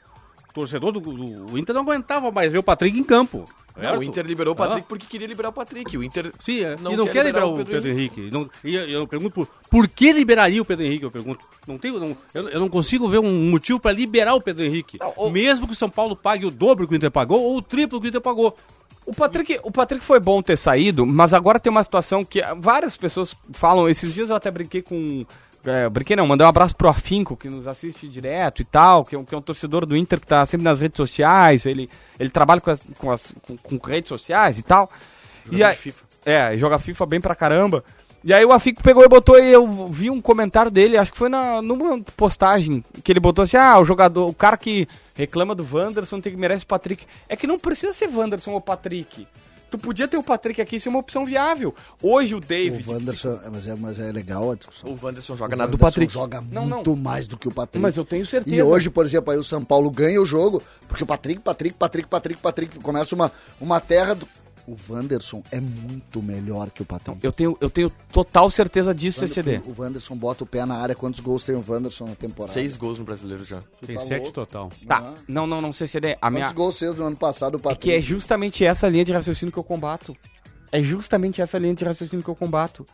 o torcedor do, do- o Inter não aguentava mais ver o Patrick em campo. Não, o certo? Inter liberou o Ah. Patrick porque queria liberar o Patrick. O Inter Sim, é. e não quer, liberar o Pedro, Henrique. E não- e eu, eu pergunto por, por que liberaria o Pedro Henrique? Eu pergunto. Não tenho, não- eu, eu não consigo ver um motivo para liberar o Pedro Henrique. Mesmo que o São Paulo pague o dobro que o Inter pagou ou o triplo que o Inter pagou. O Patrick, o Patrick foi bom ter saído, mas agora tem uma situação que ah, várias pessoas falam. Esses dias eu até brinquei com. É, brinquei não, mandei um abraço pro Afinco, que nos assiste direto e tal, que é um, que é um torcedor do Inter que tá sempre nas redes sociais, ele, ele trabalha com, as- com, as- com- com redes sociais e tal. e aí, FIFA. É, joga FIFA bem pra caramba. E aí o Afico pegou e botou, e eu vi um comentário dele, acho que foi na, numa postagem, que ele botou assim, ah, o jogador, o cara que reclama do Wanderson tem que merece o Patrick. É que não precisa ser Wanderson ou Patrick. Tu podia ter o Patrick aqui, isso é uma opção viável. Hoje o David... O Wanderson, é, mas é, mas é legal a discussão. O Wanderson joga O na do Wanderson Patrick. joga Não, não. muito mais do que o Patrick. Mas eu tenho certeza. E hoje, por exemplo, aí o São Paulo ganha o jogo, porque o Patrick, Patrick, Patrick, Patrick, Patrick, começa uma, uma terra do... O Wanderson é muito melhor que o Patrick. Eu tenho, eu tenho total certeza disso, Quando CCD. O Wanderson bota o pé na área. Quantos gols tem o Wanderson na temporada? Seis gols no brasileiro já. Tem tá sete louco. total. Tá, não, não, não, CCD, a minha... Quantos gols fez no ano passado o É que Patrick? é justamente essa linha de raciocínio que eu combato. É justamente essa linha de raciocínio que eu combato.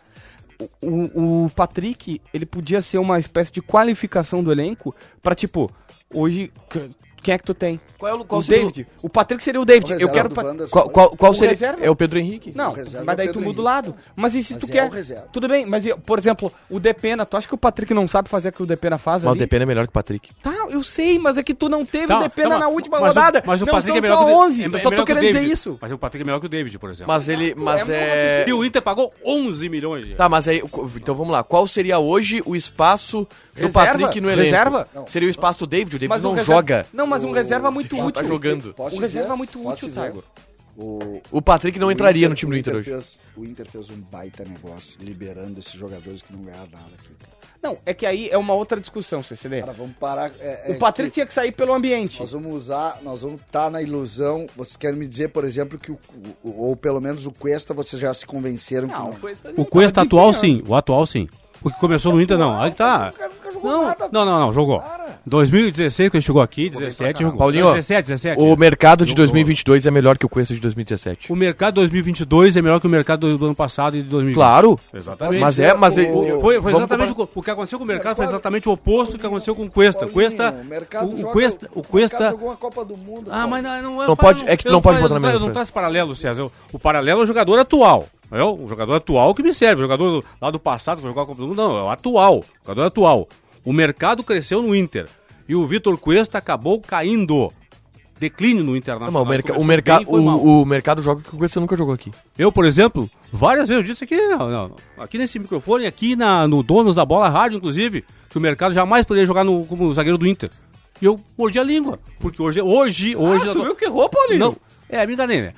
o, o Patrick, ele podia ser uma espécie de qualificação do elenco pra, tipo, hoje, c- quem é que tu tem? Qual é o, o David. O Patrick seria o David. O Eu reserva quero... do pa- Wanderson. Qual, qual, qual O seria? reserva? É o Pedro Henrique? Não, O reserva mas é o daí tu Pedro muda o Henrique. lado. Mas e se Mas tu é quer? o reserva. Tudo bem, mas e- por exemplo, o Depena, tu acha que o Patrick não sabe fazer o que o Depena faz Mas o ali? DPN é melhor que o Patrick. Tá, eu sei, mas é que tu não teve Tá, o Depena tá, mas- na última mas o- rodada. mas o não Patrick são é melhor só que o Da- 11. é eu melhor só que tô o querendo David. dizer isso. Mas o Patrick é melhor que o David, por exemplo. Mas ele. Mas é é. E o Inter pagou 11 milhões. de- Tá, mas aí. co- Então vamos lá. Qual seria hoje o espaço do Reserva? Patrick no elenco? Reserva? Seria o espaço do David? O David Mas não um reserva- joga. Não, mas um reserva muito Tá útil. jogando. Posso O te reserva dizer? é muito Posso te útil, dizer? Tiago. O, O Patrick não o entraria Inter- no time o do Inter hoje. Fez, o Inter fez um baita negócio, liberando esses jogadores que não ganharam nada aqui. Não, é que aí é uma outra discussão, CCD. Cara, vamos parar. é- é O Patrick que tinha que sair pelo ambiente. Nós vamos usar, nós vamos estar na ilusão. Vocês querem me dizer, por exemplo, que o, o- ou pelo menos o Cuesta vocês já se convenceram que não. Ah, O Cuesta atual, sim. O atual, sim. O que começou no Inter, não. Aí tá. "Ah, não, Não, não, não. Jogou. 2016, que ele chegou aqui, 17, jogou. Paulinho, Não, 17, 17. O é. mercado de 2022 é melhor que o Cuesta de 2017. O mercado 2022 é melhor que o mercado do ano passado e de 2020. Claro. Exatamente. Mas é, mas é- O- Foi, foi Vamos exatamente comparar- o, que- o que aconteceu com o mercado, foi exatamente o oposto do que aconteceu com o Cuesta. Paulinho, Cuesta, o mercado o, o joga- Cuesta, o mercado Cuesta, jogou uma Copa do Mundo. Ah, pô. mas não, não, eu Não falo- pode- é que tu eu um- não pode falo- botar na eu mesma não frase. traz paralelo, César. O- O paralelo é o jogador atual. É o o jogador atual que me serve. O jogador do- lá do passado que jogou a Copa do Mundo, não. É o atual. O jogador atual. O mercado cresceu no Inter. E o Vitor Cuesta acabou caindo. Declínio no Não, Internacional. Tá, mas o, merca- o, Começou merca- bem e foi mal. o, o mercado joga que o Cuesta nunca jogou aqui. Eu, por exemplo, várias vezes eu disse aqui, não, não, não. aqui nesse microfone, aqui na, no Donos da Bola Rádio, inclusive, que o mercado jamais poderia jogar no, como zagueiro do Inter. E eu mordi a língua. Porque hoje, hoje, hoje. eu tô- subiu que errou, Paulinho? Não. É, me enganei, né?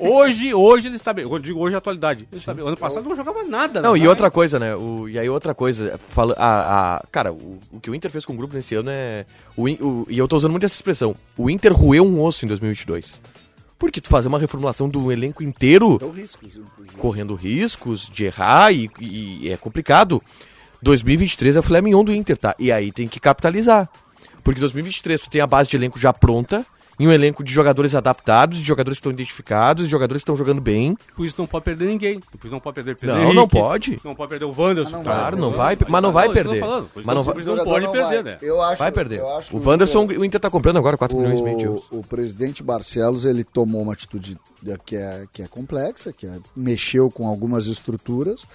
hoje, hoje ele está bem. Eu digo hoje é a atualidade. Ele está bem. Ano passado não jogava nada. Não, né? e outra coisa, né? O, e aí outra coisa, fala, a, a- cara, o, o que o Inter fez com o grupo nesse ano é... o In- o- e eu tô usando muito essa expressão. O Inter roeu um osso em 2022. Porque tu fazer uma reformulação do elenco inteiro, Deu riscos, inclusive. correndo riscos de errar, e, e- e é complicado. 2023 é o filé mignon do Inter, tá? E aí tem que capitalizar. Porque 2023 tu tem a base de elenco já pronta, e um elenco de jogadores adaptados, de jogadores que estão identificados, de jogadores que estão jogando bem. Por isso não pode perder ninguém. Por isso não pode perder Pedro Não, Henrique, não pode. Não pode perder o Ah, Wanderson. não tá? vai. Claro, não vai, mas não vai Não, isso eu tô perder. falando, por Mas isso não eu tô vai, dizendo. não jogador pode não perder, vai. né? Eu acho, vai perder. eu acho que O Wanderson, o Inter tá comprando agora 4 milhões e meio de euros. O, o presidente Barcelos ele tomou uma atitude da- que é, que é complexa, que é- mexeu com algumas estruturas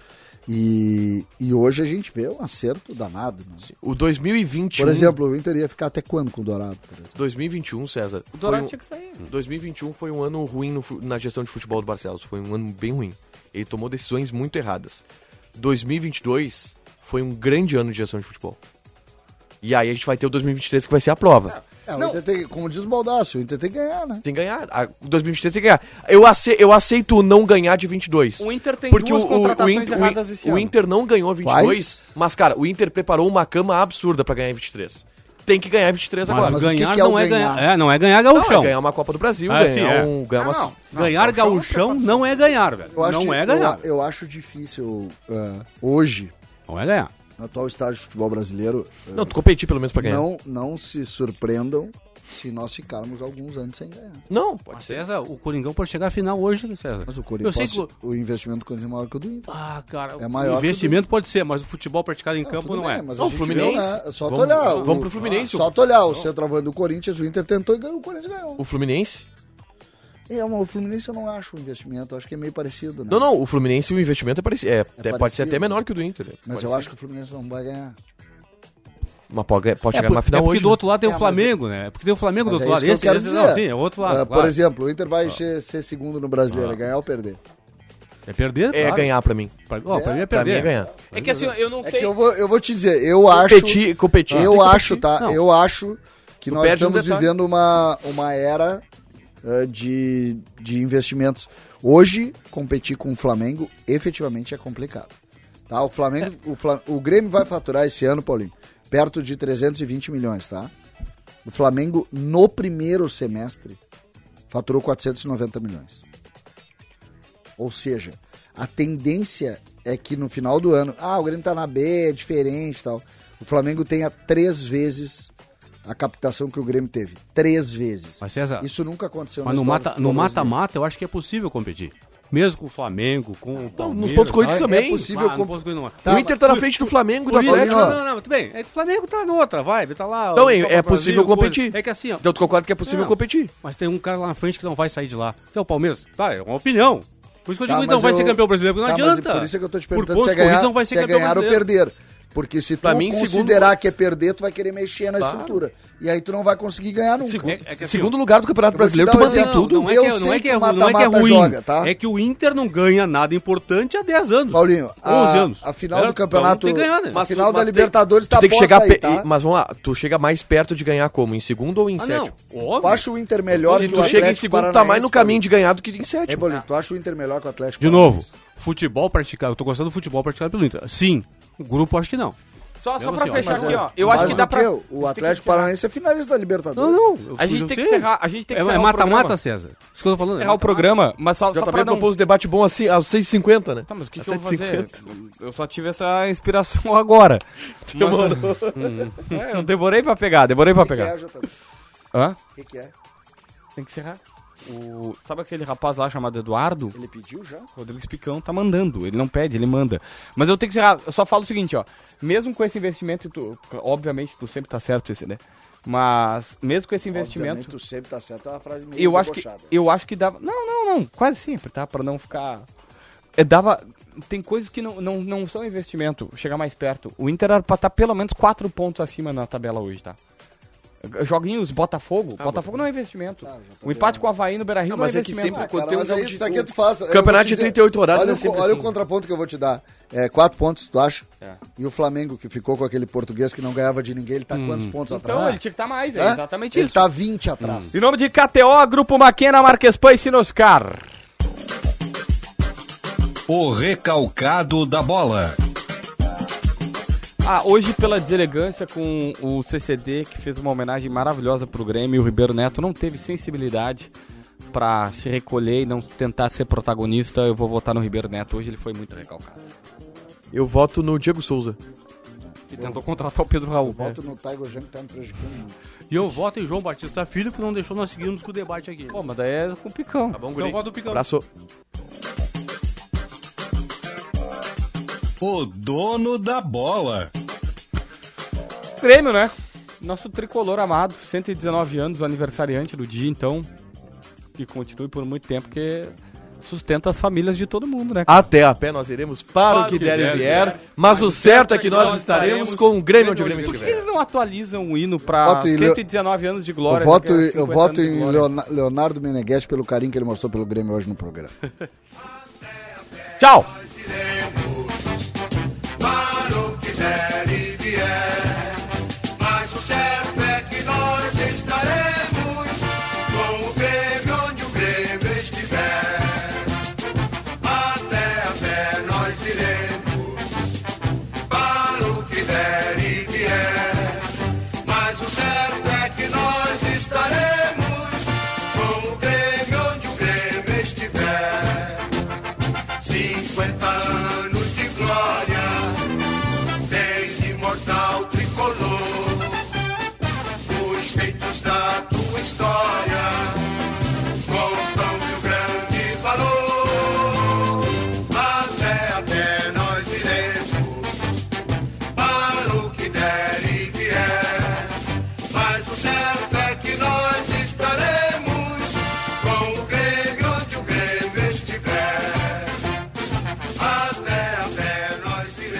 e, e hoje a gente vê um acerto danado. né? O 2021. Por exemplo, o Inter ia ficar até quando com o Dourado? Por exemplo? 2021, César. O foi Dourado um- tinha que sair. 2021 foi um ano ruim no fu- na gestão de futebol do Barcelos. Foi um ano bem ruim. Ele tomou decisões muito erradas. 2022 foi um grande ano de gestão de futebol. E aí a gente vai ter o 2023 que vai ser a prova. É, o Inter tem, como diz o Baldassio, o Inter tem que ganhar, né? Tem que ganhar. A- O 2023 tem que ganhar. Eu aceito, eu aceito não ganhar de 22. O Inter tem Porque duas o, o, o, contratações Inter, o, erradas esse In- o ano. Inter não ganhou 22, Quais? mas, cara, o Inter preparou uma cama absurda pra ganhar em 23. Tem que ganhar em 23 Mas, agora. o que ganhar que é o não é ganhar. ganhar? É, não é ganhar Não, é gauchão. ganhar uma Copa do Brasil, Ah, ganhar, sim, é. um, ganhar uma... não. Ganhar gauchão não é ganhar, velho. Eu acho, Não é eu- ganhar. Eu, acho difícil ah, hoje, Não é ganhar. no atual estágio de futebol brasileiro, ah, Não, tu competir pelo menos pra ganhar. Não, não, não se surpreendam se nós ficarmos alguns anos sem ganhar. pode Mas, é. ser. César, o Coringão pode chegar à final hoje, César. Mas o Eu sei Corinthians, que o- o investimento do Corinthians é maior que o do Inter. Ah, cara, É maior o investimento pode ser, mas o futebol praticado em campo Tudo não bem, é. mas Não, a gente Fluminense. viu, né? É Só tu Vamos- olhar. vamos o- pro Fluminense. Só tu olhar. O centroavante do Corinthians, o Inter tentou e ganhou. O Corinthians ganhou. O Fluminense? É, mas o Fluminense eu não acho um investimento. Eu acho que é meio parecido, né? Não, não, o Fluminense o investimento é parecido. É, até- pode ser parecido. até menor que o do Inter. né? Mas Pode eu ser. acho que o Fluminense não vai ganhar. Mas pode, pode É, chegar por- numa é final porque hoje. né? do outro lado tem É, o mas Flamengo, né? É porque tem o Flamengo do Mas é outro isso lado. que eu Esse, quero esse dizer. não, sim, é o outro lado. Ah, claro. Ah. Por exemplo, o Inter vai ser, ser segundo no brasileiro. é Ganhar ou perder? é perder, É claro. ganhar pra mim. Pra, ó, pra mim é Pra mim perder. é ganhar. É que assim, eu não É sei... que eu vou, eu vou te dizer. Eu acho... Competir, competir. Ah, tem Eu que acho, competir. tá? Não. Eu acho que Tu nós perde um estamos detalhe. vivendo uma, uma era ah, de, de investimentos. Hoje, competir com o Flamengo efetivamente é complicado. Tá? O Flamengo, É. o, Fla- o Grêmio vai faturar esse ano, Paulinho, perto de 320 milhões, tá? O Flamengo, no primeiro semestre, faturou 490 milhões. Ou seja, a tendência é que no final do ano, ah, o Grêmio tá na B, é diferente e tal. O Flamengo tenha três vezes a captação que o Grêmio teve. Três vezes. Mas, César, Isso nunca aconteceu mas na no história do mata- futebol no mata-mata brasileiro. eu acho que é possível competir. mesmo com o Flamengo, com o Palmeiras, um nos pontos corridos é também. possível Ah, com- não posso correr numa. Tá, é o Inter tá na frente do Flamengo, do Por isso, Paulinho, Atlético. ó. não, não, não, muito bem. É que o Flamengo tá noutra vibe, tá lá. Então, ó, é- Copa é Brasil, possível coisa. competir. É que assim, ó, Então tu concorda que é possível Não. competir. mas tem um cara lá na frente que não vai sair de lá. Então, o Palmeiras, tá, é uma opinião. Por isso que eu Tá, digo que mas não vai eu- ser campeão brasileiro, porque não Tá, mas adianta. Por isso é que eu tô te Por perguntando pontos se é ganhar, corridos não vai ser se é campeão ganhar ou brasileiro. perder. Porque se tu Pra mim, considerar que é perder, tu vai querer mexer na Claro. estrutura. E aí tu não vai conseguir ganhar nunca. É- é que assim, Segundo lugar do Campeonato vou te Brasileiro, tu dar um mantém exemplo. tudo. Não, não é Eu que, não sei é que que é o ruim, não é que é mata-mata ruim. joga, tá? É que o Inter não ganha nada importante há 10 anos. Paulinho, a, a final do Era- campeonato. Tem que ganhar, né? A final Mas tu- da mas tem- Libertadores Tu tá tem que posta chegar. aí, pe- tá? Mas vamos lá, tu chega mais perto de ganhar como? Em segundo ou em Ah, sétimo? não, óbvio. Eu acho o Inter melhor Se que tu o chega em Atlético segundo, Paranaense. tá mais no caminho Paulinho. de ganhar do que em É, sétimo. Bolinho, tu acha o Inter melhor que o Atlético De novo, Paranaense? futebol praticado, eu tô gostando do futebol praticado pelo Inter. Sim, o grupo acho que não. Só, só Mesmo pra assim, ó, Tá fechar mas aqui, é, ó. Eu mais acho que do dá pra. O Atlético Paranaense é finalista da Libertadores. Não, não. A gente tem que encerrar. A gente tem que É encerrar o mata-mata, programa. César. Isso que eu tô falando. é encerrar o programa, mas só, só JB pra propôs não... um debate bom assim, aos 6h50, né? Tá, mas o que, Às que eu vou 7h50. fazer? Eu só tive essa inspiração agora. Demorou. Mas- É, eu demorei pra pegar, demorei pra O que, que pegar. é, JB? Hã? O que, que é? Tem que encerrar. O... Sabe aquele rapaz lá chamado Eduardo? Ele pediu já? Rodrigues Picão tá mandando. Ele não pede, ele manda. Mas eu tenho que encerrar. Eu só falo o seguinte, ó. Mesmo com esse investimento, tu... obviamente tu sempre tá certo esse, né? Mas mesmo com esse investimento. Obviamente, tu sempre tá certo. É uma frase meio eu acho que debochada. eu acho que dava não não não quase sempre tá Pra não ficar é, dava tem coisas que não, não, não são investimento chegar mais perto o Inter era pra estar pelo menos 4 pontos acima na tabela hoje tá joguinhos Botafogo Botafogo não é investimento Tá, já tô o empate com o Havaí no Beira Rio Ah, não, é mas é que investimento sempre- Ah, quando cara, tem um mas jogo aí, de- isso aqui tu faz. eu vou Campeonato te de dizer, 38 horas Olha, é o, co- sempre olha assim. o contraponto que eu vou te dar. É, quatro pontos, tu acha? É. E o Flamengo, que ficou com aquele português que não ganhava de ninguém, ele Hum. tá quantos pontos então Ah. ele atrás? tinha que estar mais é Hã? exatamente ele isso tá 20 Hum. atrás. em nome de KTO Grupo Maquena Marquespan e Sinoscar O recalcado da bola. Ah, hoje pela deselegância com o CCD, que fez uma homenagem maravilhosa pro Grêmio, o Ribeiro Neto não teve sensibilidade pra se recolher e não tentar ser protagonista, eu vou votar no Ribeiro Neto. Hoje ele foi muito recalcado. Eu voto no Diego Souza. E tentou contratar o Pedro Raul. É. Voto no Tiger Jam que tá me prejudicando muito. E eu voto em João Batista Filho, que não deixou nós seguirmos com o debate aqui. Pô, mas daí é com picão. Tá bom, guri? Abraço. O dono da bola. Grêmio, né? Nosso tricolor amado, 119 anos, o aniversariante do dia, então. Que continue por muito tempo, porque sustenta as famílias de todo mundo, né? Até a pé nós iremos para, o que, der, e vier, mas o certo é que nós estaremos com o Grêmio onde o Grêmio Por que estiver. eles não atualizam o hino pra Voto em Leo- 119 anos de glória? Eu daqui voto, a eu 50 voto anos de em glória? Leona- Leonardo Meneghetti pelo carinho que ele mostrou pelo Grêmio hoje no programa. Tchau! para o que der e vier. Mas o certo é que nós estaremos com o Grêmio onde o Grêmio estiver. Até a fé nós iremos para o que der e vier. Mas o certo é que nós estaremos com o Grêmio onde o Grêmio estiver. 50 anos de glória, desde imortal tricolor, os feitos da tua história contam teu grande valor. Até até nós iremos para o que der e vier, mas o certo é que nós estaremos com o Grêmio onde o Grêmio estiver. Até a fé nós iremos.